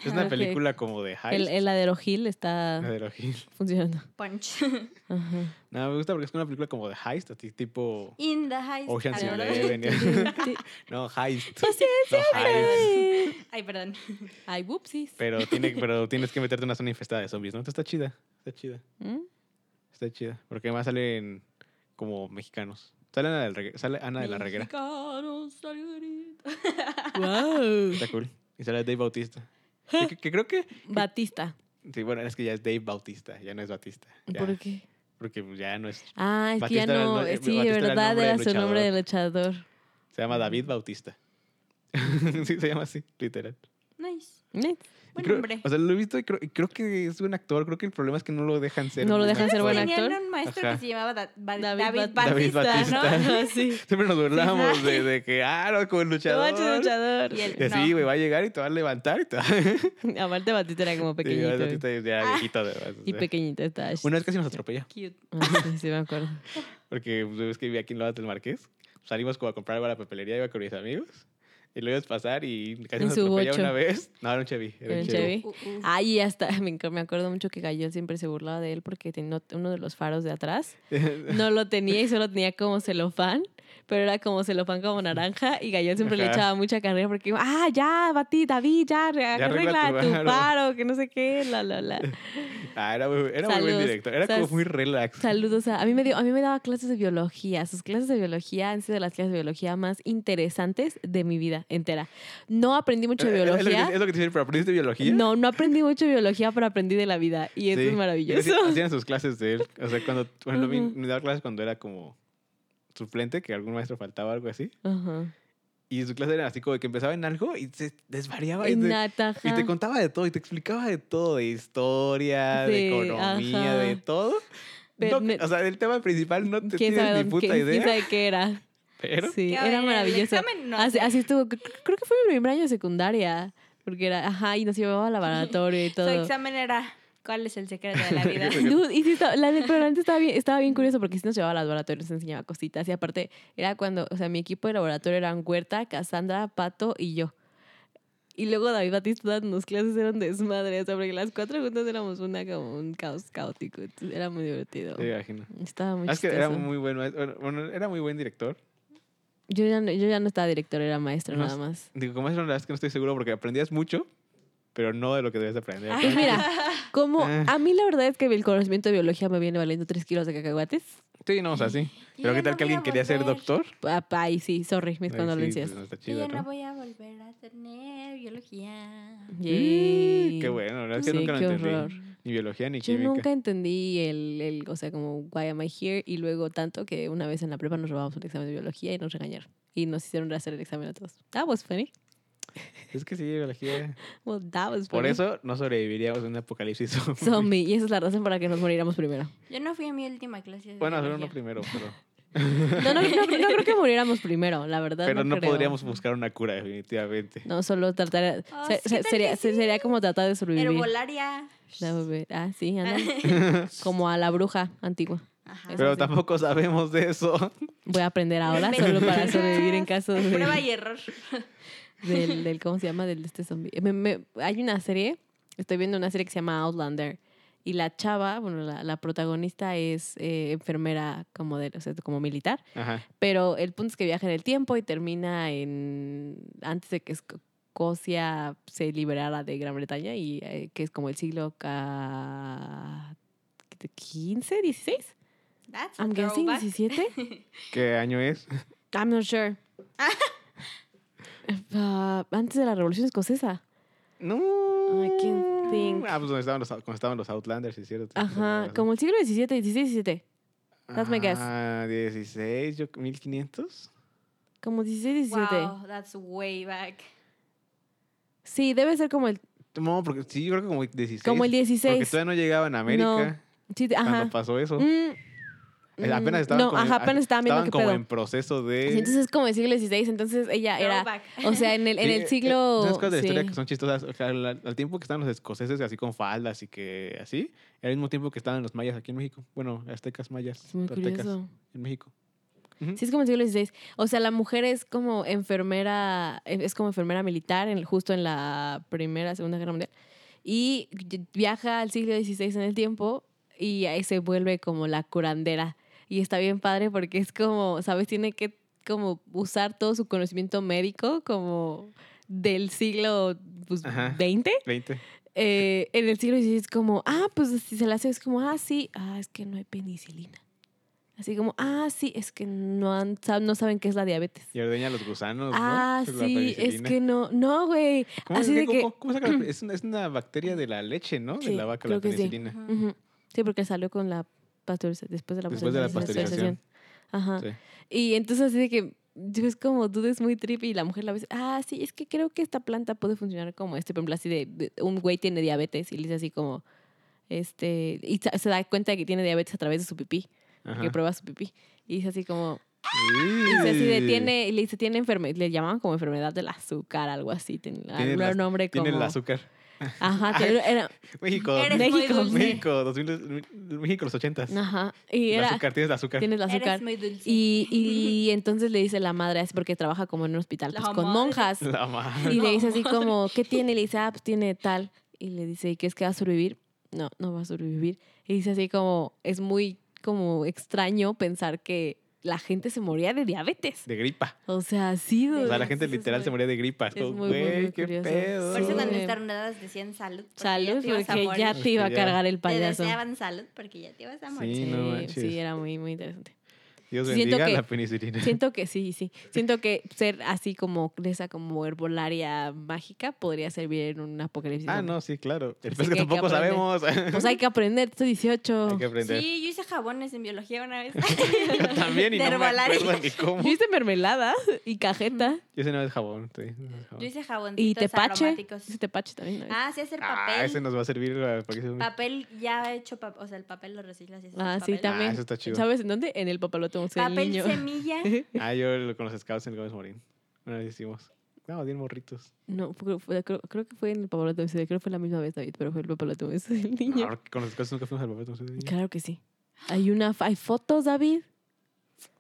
B: Es una
A: Ok.
B: película como de heist.
A: El, el aderogil está
B: de los heist.
A: funcionando.
C: Punch. *laughs*
A: Ajá.
B: No, me gusta porque es una película como de heist, así tipo...
C: In the high
B: Ocean's
C: Ah, no, ¿verdad?
B: Eleven. *laughs* No,
A: *laughs*
B: heist.
A: Pues
B: No, heist.
A: Ay,
C: *laughs* Ay, perdón.
A: Ay, whoopsies.
B: Pero, tiene, pero tienes que meterte en una zona infestada de zombies, ¿no? Entonces está chida, está chida.
A: ¿Mm?
B: Está chida. Porque además salen como mexicanos. Sale Ana, del Regue- sale Ana de la Reguera.
C: Mexicanos, saluditos.
B: *laughs*
A: Wow.
B: Está cool. Y sale Dave Bautista. Que, que- que creo que...
A: Batista.
B: Sí, bueno, es que ya es Dave Bautista, ya no es Batista. ya,
A: ¿Por qué?
B: Porque pues, ya no es...
A: Ah, es que ya
B: Batista era el
A: no.
B: no- eh,
A: sí, de
B: Batista era el
A: verdad
B: nombre
A: era
B: del
A: su nombre de luchador.
B: Se llama David Bautista. *laughs* sí, se llama así, literal.
C: Nice.
A: Eh,
B: Y
C: Buen
B: creo-
C: hombre.
B: O sea, lo he visto y creo, y creo que es un actor. Creo que el problema es que no lo dejan ser.
A: No lo
B: un
A: dejan ser
B: actor.
A: buen
C: Tenían
A: actor.
C: un maestro
B: Ajá.
C: que se llamaba Da- Ba-
A: David
C: David,
A: Bat-
B: David
C: Batista, ¿no? *laughs*
A: ¿no?
B: *laughs*
A: sí.
B: Siempre nos burlamos
C: Sí,
B: de, de que, ah, no, como el
A: No
B: luchador.
A: manches, luchador.
C: Y él-
B: Y así,
C: No.
B: güey, va a llegar y te va a levantar y te va
A: *laughs*
B: *laughs*
A: Aparte, Batista era como
B: Sí,
A: pequeñito. Ah.
B: ahorita ya viejito, además, o
A: y
B: sea.
A: pequeñito estaba.
B: Una vez casi nos atropella.
C: Cute.
A: Ah, sí, sí, me acuerdo.
B: Porque pues, ves que vi aquí en Lomas del Marqués. Salimos como a comprar algo a la papelería, iba con mis amigos. Y lo ibas a pasar y casi
A: En
B: nos
A: su
B: atropella
A: bocho.
B: una vez. *laughs* No, era un Chevy.
A: Era
B: Era un
A: un
B: Chevy.
A: Chevy.
C: Uh, uh.
A: Ay, y hasta *laughs* me, enc- me acuerdo mucho que Gayol siempre se burlaba de él porque tenía uno de los faros de atrás. No lo tenía y solo tenía como celofán, pero era como celofán como naranja y Gayol siempre le
B: Ajá.
A: echaba mucha carrera porque, ah, ya, Batí, David, ya, re-
B: arregla
A: arregla,
B: tu
A: tu
B: faro".
A: faro, que no sé qué, la, la,
B: *laughs*
A: la.
B: *laughs* Ah, era muy, era muy buen
A: Saludos.
B: director. Era
A: Sas-
B: como muy relax.
A: Saludos a, a mí me dio, a mí me daba clases de biología. Sus clases de biología han sido de las clases de biología más interesantes de mi vida entera. No aprendí mucho de
B: *laughs* Es- es lo que te-
A: biología.
B: Es lo que te dicen, pero aprendiste eh, biología.
A: No, no aprendí mucho de biología, pero aprendí de la vida y eso
B: Sí.
A: es maravilloso.
B: Hacían- Hacían sus clases de él. O sea, cuando, cuando me,
A: Ujú.
B: me daba clases cuando era como suplente, que algún maestro faltaba o algo así.
A: Ajá.
B: Y su clase era así como de que empezaba en algo y se *laughs* desvariaba. Y
A: En
B: te,
A: nata,
B: y te
A: ajá.
B: contaba de todo y te explicaba de todo, de historia, de
A: Sí,
B: economía,
A: ajá.
B: de todo.
A: Pero
B: No,
A: ne-
B: o sea, del tema principal no te
A: ¿Quién
B: tienes
A: sabe,
B: ni
A: dónde-
B: puta
A: quién- quién
B: idea.
A: sabe qué
B: *laughs*
A: era?
B: Pero
A: Sí,
C: A
A: era
C: ver,
A: maravilloso.
C: Ah, El examen no
A: así,
C: sé.
A: así estuvo, cre- cre- creo que fue mi primer año de secundaria, porque era, ajá, y nos llevaba al laboratorio y
C: Su
A: todo.
C: examen era ¿Cuál es el secreto
B: *laughs*
C: de la vida?
A: Dude, y sí estaba- la del programa estaba bien, estaba bien curioso porque sí nos llevaba al laboratorio, nos enseñaba cositas. Y aparte, era cuando, o sea, mi equipo de laboratorio eran Huerta, Cassandra, Pato y yo. Y luego David Batista dándonos clases eran desmadre, o sea, porque las cuatro juntas éramos una como un caos caótico. Entonces, era muy divertido.
B: te imagino.
A: Estaba muy
B: Ah, Es que era
A: chistoso.
B: muy buen maestro. Bueno, bueno, era muy buen director.
A: Yo ya, no, yo ya no estaba director, era maestro
B: No,
A: nada más.
B: Digo, como maestro, la verdad es que no estoy seguro porque aprendías mucho, pero no de lo que debías de aprender.
A: Pues
B: *laughs*
A: mira, como
B: Ah.
A: a mí la verdad es que el conocimiento de biología me viene valiendo tres kilos de cacahuates.
B: Sí, no, o sea, sí.
C: Yo
B: Pero
C: ya
B: ¿qué tal
C: no
B: que
C: voy a
B: alguien quería ser
C: volver.
B: doctor?
A: Papá, y sí, sorry, mis
B: Ay, sí,
A: condolencias.
B: pues, no está
C: Yo
B: chido,
C: ya no
B: ¿no?
C: voy a volver a tener biología.
B: Mm,
A: Yay.
B: Qué bueno, la verdad es que
A: Sí,
B: nunca lo
A: qué
B: entendí.
A: horror.
B: Ni biología ni
A: Yo
B: química.
A: nunca entendí el, el, o sea, como, why am I here? Y luego tanto que una vez en la prepa nos robamos un examen de biología y nos regañaron. Y nos hicieron hacer el examen a todos. That was funny.
B: Es que sí, biología.
A: Well, that was funny.
B: Por eso no sobreviviríamos en un apocalipsis *laughs* zombie.
A: Zombie. Y esa es la razón por la que nos moriríamos primero.
C: Yo no fui a mi última clase. De
B: Bueno, solo
C: biología.
B: uno primero,
A: *laughs*
B: pero,
A: No, no, no, no creo que muriéramos primero, la verdad.
B: pero no,
A: creo.
B: podríamos buscar una cura, definitivamente.
A: No, solo tratar.
C: Ah,
A: se-
C: sí,
A: se-
C: tal que
A: sería, se-
C: sí.
A: sería como tratar de sobrevivir.
C: Herbolaria.
A: La bebé- Ah,
C: *laughs*
A: sí, ándale. Como a la bruja antigua.
C: Ajá.
A: Eso
B: pero
A: sí.
B: tampoco sabemos de eso. *laughs*
A: Voy a aprender ahora solo para sobrevivir en caso de.
C: Prueba y error.
A: *laughs* del, del ¿cómo se llama? Del de este zombie. Me- me- hay una serie, estoy viendo una serie que se llama Outlander. Y la chava, bueno, la, la protagonista es eh, enfermera como de, o sea, como militar,
B: Ajá.
A: pero el punto es que viaja en el tiempo y termina en antes de que Escocia se liberara de Gran Bretaña y eh, que es como el siglo ca- 15, 16,
C: That's a
A: I'm guessing
C: throwback.
A: 17.
B: ¿Qué año es?
A: *laughs* I'm not sure. *laughs* Ah, antes de la Revolución Escocesa.
B: No.
A: I can't think.
B: Ah, pues donde estaban los, cuando estaban los Outlanders, ¿es cierto?
A: Ajá, como el siglo XVII, XVI, XVII. that's my guess.
B: Ah, 16, yo, 1500.
A: Como XVI, XVII.
C: Wow, that's way back.
A: Sí, debe ser como el...
B: No, porque sí, yo creo que como 16.
A: Como el 16.
B: Porque todavía no llegaban a América
A: sí, de-
B: cuando
A: ajá.
B: pasó eso.
A: Mm,
B: Eh, Apenas
A: mm,
B: estaban
A: No,
B: como,
A: ajá, apenas estaban viendo qué
B: como
A: pedo.
B: en proceso de...
A: Sí, Entonces es como el siglo XVI, entonces ella era...
C: Throwback.
A: O sea, en el, en
B: Sí,
A: el
B: eh,
A: siglo...
B: esas cosas de la historia
A: sí.
B: que son chistosas. O sea, al, al tiempo que estaban los escoceses así con faldas y que así, era el mismo tiempo que estaban los mayas aquí en México. Bueno, aztecas, mayas,
A: Es muy
B: toltecas
A: curioso.
B: en México.
A: Sí, es como el siglo XVI. O sea, la mujer es como enfermera, eh, es como enfermera militar en, justo en la Primera, Segunda Guerra Mundial. Y viaja al siglo XVI en el tiempo y ahí se vuelve como la curandera. Y está bien padre porque es como, ¿sabes? Tiene que como usar todo su conocimiento médico como del siglo pues,
B: Ajá.
A: XX
B: 20.
A: eh, en el siglo XVI es como, ah, pues si se la hace, es como, ah, sí, ah, es que no hay penicilina. Así como, ah, sí, es que no, han, sab- no saben qué es la diabetes.
B: Y ordeña a los gusanos,
A: ah,
B: ¿no? Pues La
A: sí, es
B: penicilina.
A: que no, no, güey.
B: ¿Cómo,
A: así
B: es,
A: de
B: que,
A: que-
B: cómo- cómo saca la-
A: *clears throat*
B: es, una, es una bacteria de la leche, ¿no?
A: Sí,
B: de la vaca,
A: creo
B: la
A: que sí.
B: penicilina.
C: Ajá.
A: Ujú. Sí, porque salió con la pasteurización, después de la
B: Después de la
A: pasteurización.
B: pasteurización.
A: Ajá.
B: Sí.
A: Y entonces así de que yo es como dudes muy trippy y la mujer la ve, ah, sí, es que creo que esta planta puede funcionar como este, por ejemplo, así de, de- un güey tiene diabetes y le dice así como, este, y sa- se da cuenta de que tiene diabetes a través de su pipí, que
B: Ajá.
A: prueba su pipí. Y dice así como, y
B: Sí.
A: dice así de, tiene, y le dice, tiene enfermedad, le llamaban como enfermedad del azúcar, algo así, tiene, algún
B: la-
A: nombre como.
B: Tiene el azúcar.
A: Ajá, tiene-
B: *laughs*
A: era,
B: México.
C: Eres
A: México,
C: muy dulce.
B: México, 2000, México, los 80s.
A: ajá, y
B: El
A: era,
B: azúcar, tienes el azúcar.
A: tienes el azúcar.
C: Eres muy dulce.
A: Y, y entonces le dice la madre, es porque trabaja como en un hospital
C: La
A: pues, con
C: madre.
A: monjas.
B: La madre.
A: Y le dice
C: No,
A: así
C: madre.
A: como, ¿qué tiene? Y le dice, ah, pues tiene tal. Y le dice, ¿y qué es que va a sobrevivir? No, no va a sobrevivir. Y dice así como, es muy como extraño pensar que la gente se moría de diabetes.
B: De gripa.
A: O sea, sí.
B: O sea, la
A: dude.
B: gente
A: Eso es
B: literal se
A: muy-
B: moría de gripa. Es
A: es
B: como,
A: muy, muy,
B: güey,
A: muy
B: qué
A: curioso.
B: pedo.
C: Por eso
A: Sí.
C: cuando estaban nuevas decían salud. porque
A: eh, Salud,
C: ya te ibas a
A: porque ya
C: morir.
A: te iba a
B: Porque ya-
A: cargar el
C: Te
A: payaso.
C: deseaban salud porque ya te ibas a morir.
B: Sí, no
A: Sí,
B: manches.
A: sí, era muy, muy interesante.
B: Dios
A: Siento
B: bendiga
A: que-
B: la penicilina.
A: Siento que sí, sí. Siento que ser así como de esa como herbolaria mágica podría servir en un apocalipsis.
B: Ah,
A: zombie.
B: no, sí, claro. El
A: Así
B: pez que
A: que hay que
B: tampoco
A: aprender.
B: sabemos. *laughs* Hay
A: Pues hay que aprender, estoy 18. *laughs*
B: que aprender.
C: Sí, yo hice jabones en biología
B: *laughs*
C: una vez.
B: Yo también y
C: De
B: no me
C: herbolaria.
B: acuerdo ni cómo.
A: Yo hice mermelada y cajeta
B: Yo ese no es jabón. sí, no es jabón.
C: Yo hice jaboncitos
A: y tepache.
C: aromáticos.
A: Hice tepache también. ¿no?
C: Ah, sí, hacer papel.
B: Ah, ese nos va a servir para para que se-
C: Papel ya hecho, pap- o sea, el papel lo reciclas y haces
A: Ah, sí,
C: papel.
A: también.
B: eso está chido.
A: ¿Sabes en dónde? En el papalote museo del
C: Papel
A: niño.
C: semilla.
B: Ah, yo lo- con los scouts en el Gómez Morín. Una vez hicimos. No, bien morritos.
A: *laughs* No, fue- fue- creo, creo que fue en el papalote museo. Creo que fue la misma vez, David, pero fue el papalote museo del niño.
B: Ah, con los scouts nunca fuimos al papel. no sé.
A: Claro que sí. Hay una, hay fotos, David.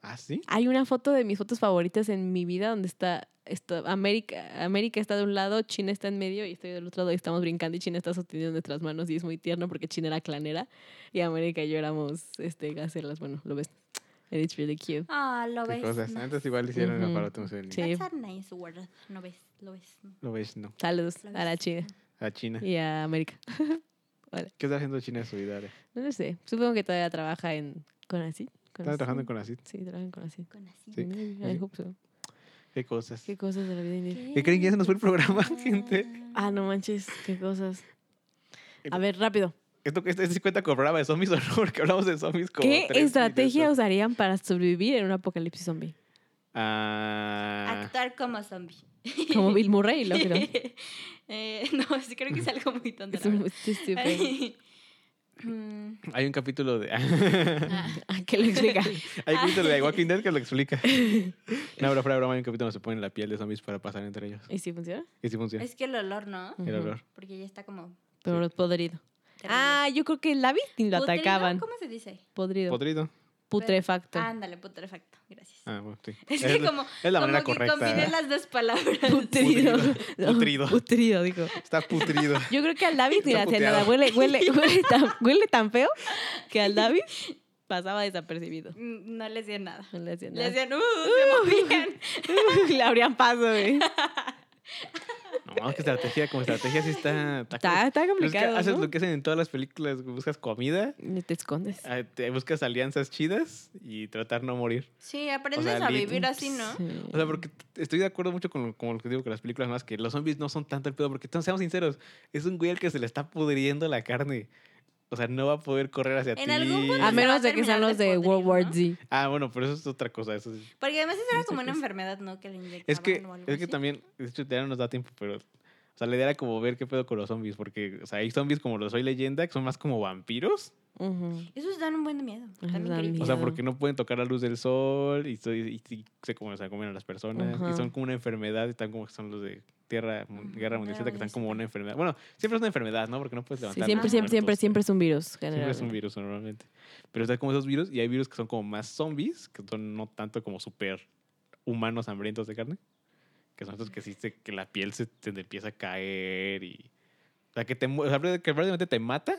B: Ah, sí.
A: Hay una foto de mis fotos favoritas en mi vida donde está, está América, América está de un lado, China está en medio y estoy del otro lado y estamos brincando y China está sosteniendo nuestras manos y es muy tierno porque China era clanera y América y yo éramos este, gacelas. Bueno, lo ves. And it's really cute.
C: Ah, lo
B: Qué
C: ves.
B: cosas.
C: más.
B: Antes igual hicieron el
A: Ujú.
B: aparato museo del niño.
A: Sí.
C: That's a nice word. No ves, lo ves.
B: Lo ves, no.
A: Saludos
C: Lo
A: a la
C: ves.
A: China
B: A China.
A: y a América.
B: ¿Qué está haciendo China de su vida? ahora?
A: No lo sé. Supongo que todavía trabaja en Conacyt.
B: Está
A: Conacyt.
B: trabajando con Acid.
A: Sí, trabaja en Conacyt.
C: Con así.
B: Sí.
A: Maybe, I
B: Sí.
A: hope so.
B: Qué cosas.
A: Qué cosas de la vida indígena.
B: ¿Qué creen que ya se nos fue el programa, gente?
A: Ah, no manches, qué cosas. A ver, rápido.
B: Esto que este sí cuenta con programa de zombies *laughs* o no, porque hablamos de zombies como
A: ¿Qué
B: tres
A: estrategia
B: minutos.
A: usarían para sobrevivir en un apocalipsis zombie?
B: Ah,
C: Actuar como zombie.
A: Como Bill Murray, lo creo.
C: *laughs* Eh, *laughs* no, sí creo que es algo muy tonto.
A: Es
C: la
A: un-
C: verdad.
A: es estúpido.
C: Ay. *laughs* Mm,
B: hay un capítulo de. *laughs* hay
C: ah.
A: *laughs* Ah, ¿Qué le explica? Ah,
B: un capítulo de Walking Dead que
A: *laughs*
B: lo explica. No, pero fuera de broma, hay un capítulo donde se ponen la piel de zombies para pasar entre ellos.
A: ¿Y si funciona?
B: Y sí funciona.
C: Es que el olor, ¿no?
B: El
A: Ujú.
B: olor.
C: Porque ya está como.
A: Pero podrido.
C: terrible.
A: Ah, yo creo que la víctima lo
C: ¿Putrido?
A: atacaban.
C: ¿Cómo se dice?
A: Podrido.
B: Podrido.
A: Putrefacto.
C: Ándale, putrefacto. Gracias.
B: Ah, bueno, sí.
C: *laughs* Es que como,
B: es la
C: como
B: manera
C: que combiné
B: correcta.
C: las dos palabras.
A: *laughs* Putrido.
B: Putrido.
A: Putrido, dijo.
B: Está putrido.
A: Yo creo que al David ni la
B: Está
A: hacía nada.
B: puteado.
A: Huele,
B: *laughs*
A: huele, huele, tan, huele tan feo que al David pasaba desapercibido.
C: *laughs* Mm, No les dio nada.
A: No le hacía
C: Les
A: nada.
C: decían, ¡uh!
A: *laughs*
C: Se movían.
A: Le abrían paso, güey.
B: No, es que estrategia, como estrategia sí está.
A: Está, está
B: Pero es que
A: complicado.
B: haces
A: ¿no?
B: lo que hacen en todas las películas, buscas comida,
A: Ni te escondes.
B: ah, te buscas alianzas chidas y tratar no morir.
C: Sí, aprendes
B: O sea,
C: a
B: lit-
C: vivir así, ¿no?
A: Sí.
B: O sea, porque t- estoy de acuerdo mucho con, lo- con lo que digo que las películas más, que los zombies no son tanto el pedo, porque entonces, seamos sinceros, es un güey al que se le está pudriendo la carne. O sea, no va a poder correr hacia ti.
C: En algún punto-
A: A menos de que
C: terminar
A: sean los
C: de
A: de
C: podrir,
A: World War
C: ¿no?
A: Z.
B: Ah, bueno, pero eso es otra cosa. Eso es,
C: Porque además eso era como una
A: pues.
C: enfermedad, ¿no? Que le inyectaban
B: es que,
C: Ah, o algo
B: es que
C: así.
B: también, de hecho, ya no nos da tiempo, pero... O sea, la idea era como ver qué pedo con los zombies, porque, o sea, hay zombies como los Soy Leyenda, que son más como vampiros. Pues
A: Ujú.
C: Esos dan un buen de miedo. También
A: dan
C: creepy.
B: O sea,
A: Miedo.
B: porque no pueden tocar la luz del sol y, so- y- y se, comen, o sea, comen a las personas.
A: Ajá. Ah,
B: Y son como una enfermedad, y están como que son los de tierra, mun-
C: Ujú,
B: guerra
C: Guerra
B: mundial, Z, que están
C: Mundial
B: como
C: Z.
B: una enfermedad. Bueno, siempre es una enfermedad, ¿no? Porque no puedes
A: este. Sí,
B: levantar.
A: siempre,
B: los
A: siempre, siempre,
B: muertos,
A: siempre es un virus,
B: sí. Siempre es un
A: generalmente.
B: virus normalmente. Pero están como esos virus y hay virus que son como más zombies, que son no tanto como super humanos hambrientos de carne, que son estos que sí se- que la piel se te empieza a caer y... O sea, que, te, mu- o sea, que prácticamente te mata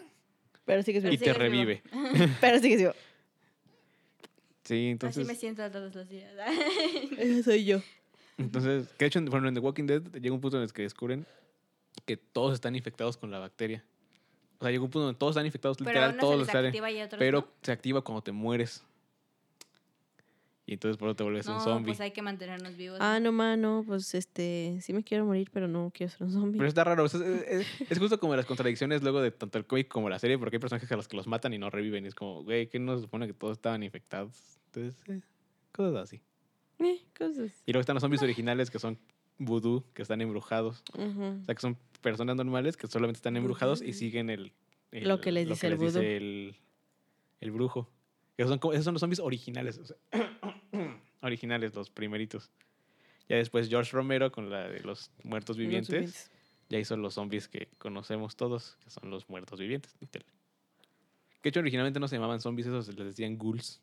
A: Pero sí que es
C: Pero
B: y
A: virus.
B: te
C: sigues vivo.
B: revive.
A: Pero sí que es *laughs* vivo.
B: Sí,
C: Así me
B: entonces...
C: siento todos los días. *laughs*
A: Ese Eh, soy yo.
B: Entonces, que de hecho, bueno, en The Walking Dead llega un punto en el que descubren que todos están infectados con la bacteria. O sea, llega un punto donde todos están infectados,
C: Pero a
B: literal,
C: unos
B: todos
C: se
B: lo
C: les
B: están.
C: activa y a otros
B: Pero
C: no.
B: se activa cuando te mueres. Y entonces por eso te vuelves un
C: No,
B: zombie.
C: pues hay que mantenernos vivos.
A: Ah, no, mano, pues este, sí me quiero morir, pero no quiero ser un zombie.
B: Pero está raro. o sea, es, es- es justo como las contradicciones luego de tanto el cómic como la serie, porque hay personajes a los que los matan y no reviven. Y es como, güey, ¿qué nos supone que todos estaban infectados? Entonces, eh, cosas así.
A: Eh, cosas.
B: Y luego están los zombies originales que son vudú, que están embrujados.
A: Ujú.
B: O sea, que son personas normales que solamente están embrujados y
A: Ujú.
B: siguen el, el-
A: Lo que les dice el vudú.
B: el, el brujo. Que son como- esos son los zombies originales. o sea, *coughs* originales, los primeritos. Ya después George Romero con la de los muertos
A: Los
B: vivientes ya hizo los zombies que conocemos todos, que son los muertos vivientes, literal. Que de hecho originalmente no se llamaban zombies, esos les decían ghouls.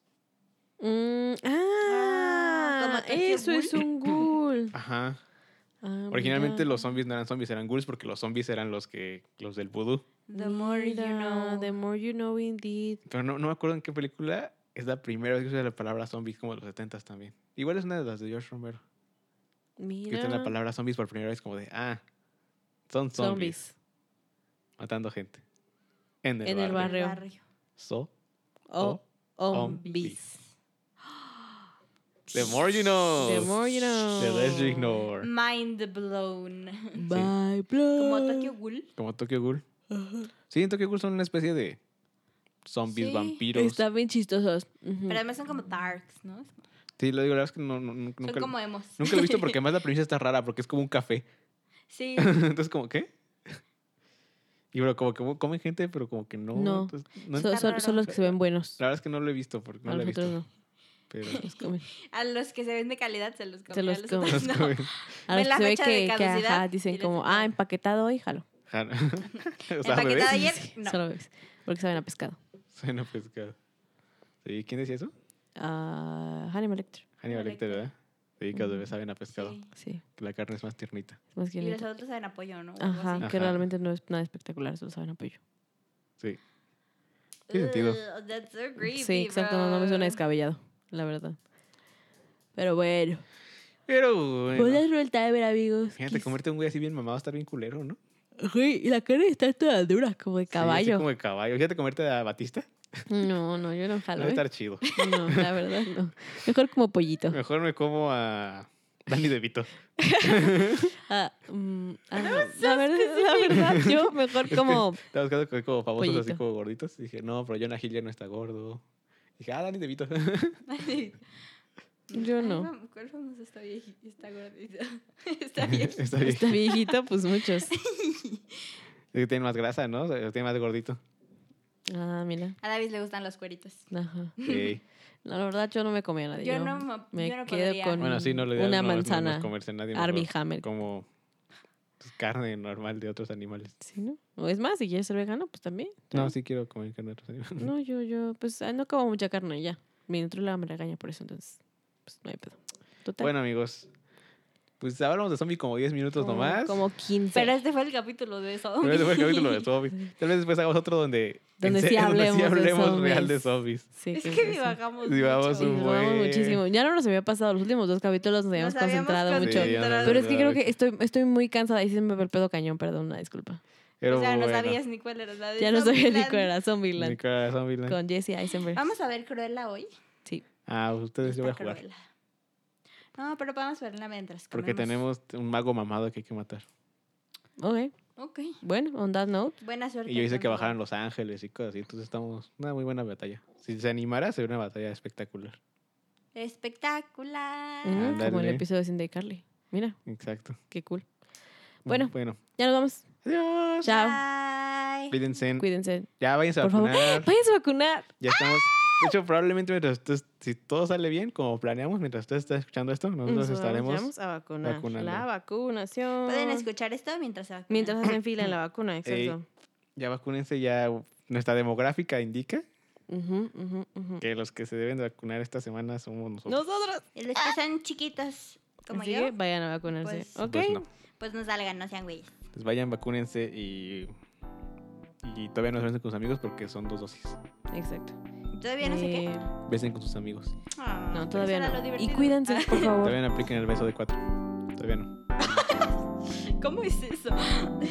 A: Mm,
C: ¿como
A: ah,
C: Tokyo
A: eso es
C: Ghoul?
A: un
B: *laughs*
A: ghoul.
B: Ajá.
A: Ah,
B: Originalmente
A: mira.
B: los zombies no eran zombies, eran ghouls porque los zombies eran los que los del vudú.
C: The more you
A: Mira,
C: know.
A: The more you know, indeed.
B: Pero no, no me acuerdo en qué película es la primera vez que usa la palabra zombies, como de los 70 también. Igual es una de las de George Romero. Que
A: Mira.
B: usa la palabra zombies por primera vez como de, ah, son zombies,
A: zombies.
B: matando gente. En el
A: En el
B: barrio.
A: barrio. Barreo.
C: Barrio.
B: So, oh,
A: O Oh,
B: Zombies.
A: zombies.
B: the more you know.
A: The more you know. Mm.
B: The less you ignore.
C: Mind blown. *laughs*
A: Bye,
C: Como
A: blood.
C: Tokyo Ghoul.
B: Como Tokyo Ghoul. Sí, en Tokyo Ghoul son una especie de zombies,
C: Sí.
B: vampiros.
A: Están bien chistosos. Ujú.
C: Pero además son como darks, ¿no?
B: Sí, lo digo, la verdad es que no, no- nunca,
C: Son como emos.
B: nunca lo he visto
A: *laughs*
B: porque además la premisa está rara porque es como un café.
C: *laughs* Sí.
B: Entonces, como, ¿qué? Y bueno, como que comen gente, pero como que no.
A: No.
B: entonces, no
A: So-
B: ent-
C: está
A: son,
C: raro.
A: son los que se ven buenos.
B: la verdad es que no lo he visto porque no
A: a
B: lo he
A: los
B: visto.
A: otros
C: *laughs*
A: no. *laughs*
B: Pero *laughs*
A: Los comen.
C: A los que se ven de calidad se los comen.
A: los
C: a los
A: comen.
B: los
C: otros no.
B: comen.
A: A los
C: Ven
A: que
C: la
A: se ve
C: fecha de
A: que, que,
C: caducidad
A: ajá,
C: y
A: dicen
C: les
A: como,
C: echan.
A: ah, empaquetado hoy, jalo.
B: Jan- ah, *laughs* o sea,
C: Empaquetado
B: bebés.
A: *laughs*
C: ayer,
A: Sí,
C: no.
A: Solo bebés. Porque saben a pescado.
B: Suena pescado. Sí, ¿quién decía eso?
A: Ah, Hannibal Lecter.
B: Hannibal Lecter,
C: Lecter.
B: ¿verdad? Sí, que los bebés
A: Mm,
B: saben a pescado.
C: Sí.
A: Sí.
B: Que la carne es más tiernita.
A: Es más que
C: Y los
A: bonito.
C: otros saben apoyo, ¿no? O algo
A: Ajá,
C: así.
A: que
B: Ajá.
A: realmente no es nada espectacular, solo saben apoyo.
B: Sí. Ah, Tiene sentido.
C: Ugh, that's so creepy,
A: Sí, exacto, no, no me suena
C: bro. *laughs*
A: descabellado, la verdad. Pero bueno,
B: Pero bueno.
A: Bolas roll time, amigos.
B: Fíjate,
A: Quis-
B: comerte un güey así bien mamado está bien culero, ¿no?
A: Güey, y la carne está toda dura, como de
B: Sí, así
A: caballo.
B: como de caballo. Fíjate, comerte a Batista.
A: No, no, yo no
B: Va
A: jalo.
B: a
A: ¿eh?
B: estar
A: *laughs*
B: chido.
A: No, la verdad no. Mejor como pollito.
B: Mejor me como a Danny DeVito.
A: Ah, mm, ah, la, verdad, la verdad,
C: *laughs*
A: yo mejor como.
B: Estaba buscando co- como famosos así
A: Pollito.
B: como gorditos. Y dije, no, pero Jonah Hill ya no está gordo. dije, ah, Danny DeVito.
A: Yo
C: Ay,
A: no.
C: mam, ¿Cuál famoso está viejito? Está gordito. *laughs* Está
B: *laughs*
C: viejito.
B: está bien.
A: Está viejito, pues muchos.
B: Es que tiene más grasa, ¿no? O sea, tiene más gordito.
A: Ah, mira.
C: A David le gustan los cueritos.
A: Ajá.
B: Sí.
A: No, la verdad, yo no me comía a nadie.
C: Yo no ma-
A: me
C: yo no
A: quedo
C: podría.
A: con
B: *laughs* Bueno, sí, no le
A: una
B: no- no- no es
A: manzana.
B: comerse a nadie.
A: Armie
B: mejor
A: Hammer.
B: Como pues, carne normal de otros animales.
A: Sí, ¿no? O es más, si quieres ser vegano, pues también.
B: No,
A: ¿sabes?
B: sí quiero comer carne de otros animales.
A: No, yo, yo, pues ah, no como mucha carne ya. Mi nutróloga me regaña por eso, entonces, pues no hay pedo. Total.
B: Bueno, amigos. Pues hablamos de zombie como 10 minutos
A: como,
B: nomás.
A: Como 15.
C: Pero este fue el capítulo de eso.
B: Pero ese fue el capítulo
C: *laughs*
B: de zombies. Tal vez después hagamos otro *laughs* donde,
A: *laughs* Donde sí
B: se-
A: hablemos de
B: hablemos real
A: zombies.
B: de zombies.
A: sí,
C: Es
A: qué
C: que
A: grueso.
C: divagamos.
B: Divagamos
A: Sí,
C: mucho.
B: un-
A: nos vamos
B: güey.
A: muchísimo. Ya no nos había pasado los últimos dos capítulos, nos habíamos concentrado
B: Sí,
A: mucho.
B: ya nos
A: Pero es que creo
B: habíamos
A: que estoy, estoy muy cansada y se me ve el pedo cañón, perdón, una disculpa.
B: Pero
C: o sea, no
B: bueno,
C: sabías ni cuál era la de
A: Ya no sabía ni
C: Zombieland.
A: cuál era Zombieland
B: mi cara de Zombieland.
A: con Jesse Eisenberg.
C: Vamos a ver Cruella hoy.
B: Ah, ustedes yo voy a
C: Está
B: jugar.
C: Cruella. No, pero podemos verla mientras
B: Porque
C: comemos.
B: tenemos un mago mamado que hay que matar.
A: Ok,
C: Ok.
A: bueno, on that note.
C: Buena suerte.
B: Y yo hice que
C: conmigo.
B: bajaran los ángeles y cosas así. Entonces estamos. Una muy buena batalla. Si se animara, sería una batalla espectacular.
C: Espectacular.
A: Mm, como el
B: Ándale.
A: episodio de Cindy y Carly. Mira,
B: Exacto.
A: qué cool.
B: Mm.
A: Bueno.
B: Bueno.
A: Ya nos vamos.
B: Adiós.
A: Chao.
C: Bye.
B: Cuídense.
A: Cuídense.
B: Ya váyanse a
A: Por favor.
B: vacunar.
A: Váyanse a vacunar.
B: Ya estamos. De hecho, probablemente mientras tú- si todo sale bien, como planeamos, mientras usted está escuchando esto, nosotros
A: Nos
B: estaremos.
A: vamos a vacunar.
B: vacunando.
A: La vacunación.
C: Pueden escuchar esto mientras se vacunan.
A: Mientras hacen fila en la vacuna, exacto.
B: Ya vacúnense, ya nuestra demográfica indica
A: Ujú, ujú, ujú.
B: que los que se deben de vacunar esta semana somos nosotros.
A: Nosotros.
C: Y los que son chiquitos como
A: Así que
C: yo,
A: vayan a vacunarse.
C: pues,
A: ok.
B: Pues no.
C: pues no salgan, no sean güeyes.
B: Pues vayan, vacúnense y. Y todavía no se besen con sus amigos porque son dos dosis.
A: Exacto.
C: Todavía no sé qué.
A: Eh,
B: Besen con sus amigos.
C: Ah,
A: No,
C: pero
A: todavía
C: eso era
A: no.
C: lo
A: Y
C: divertido. *laughs*
A: cuídense, por favor.
B: Todavía no apliquen el beso de cuatro. Todavía no.
C: Ah, ¿Cómo es eso?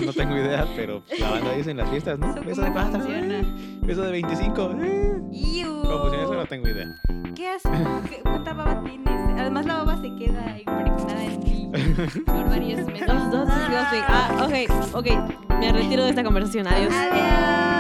B: No tengo idea, pero pues, la banda dice en las fiestas, ¿no?
C: ¿Eso
B: Beso de
C: cómo
B: cuatro.
C: funciona?
B: Beso de 25. eh.
C: Iu.
B: ¿Cómo funciona eso? No tengo idea.
C: ¿Qué haces? ¿Qué- ¿Cuánta baba tienes? Además, la baba se queda impregnada en ti por varios meses.
A: Dos, dos, disgusting. Ah, ok, ok. Me retiro de esta conversación. ah, Adiós.
C: Adiós.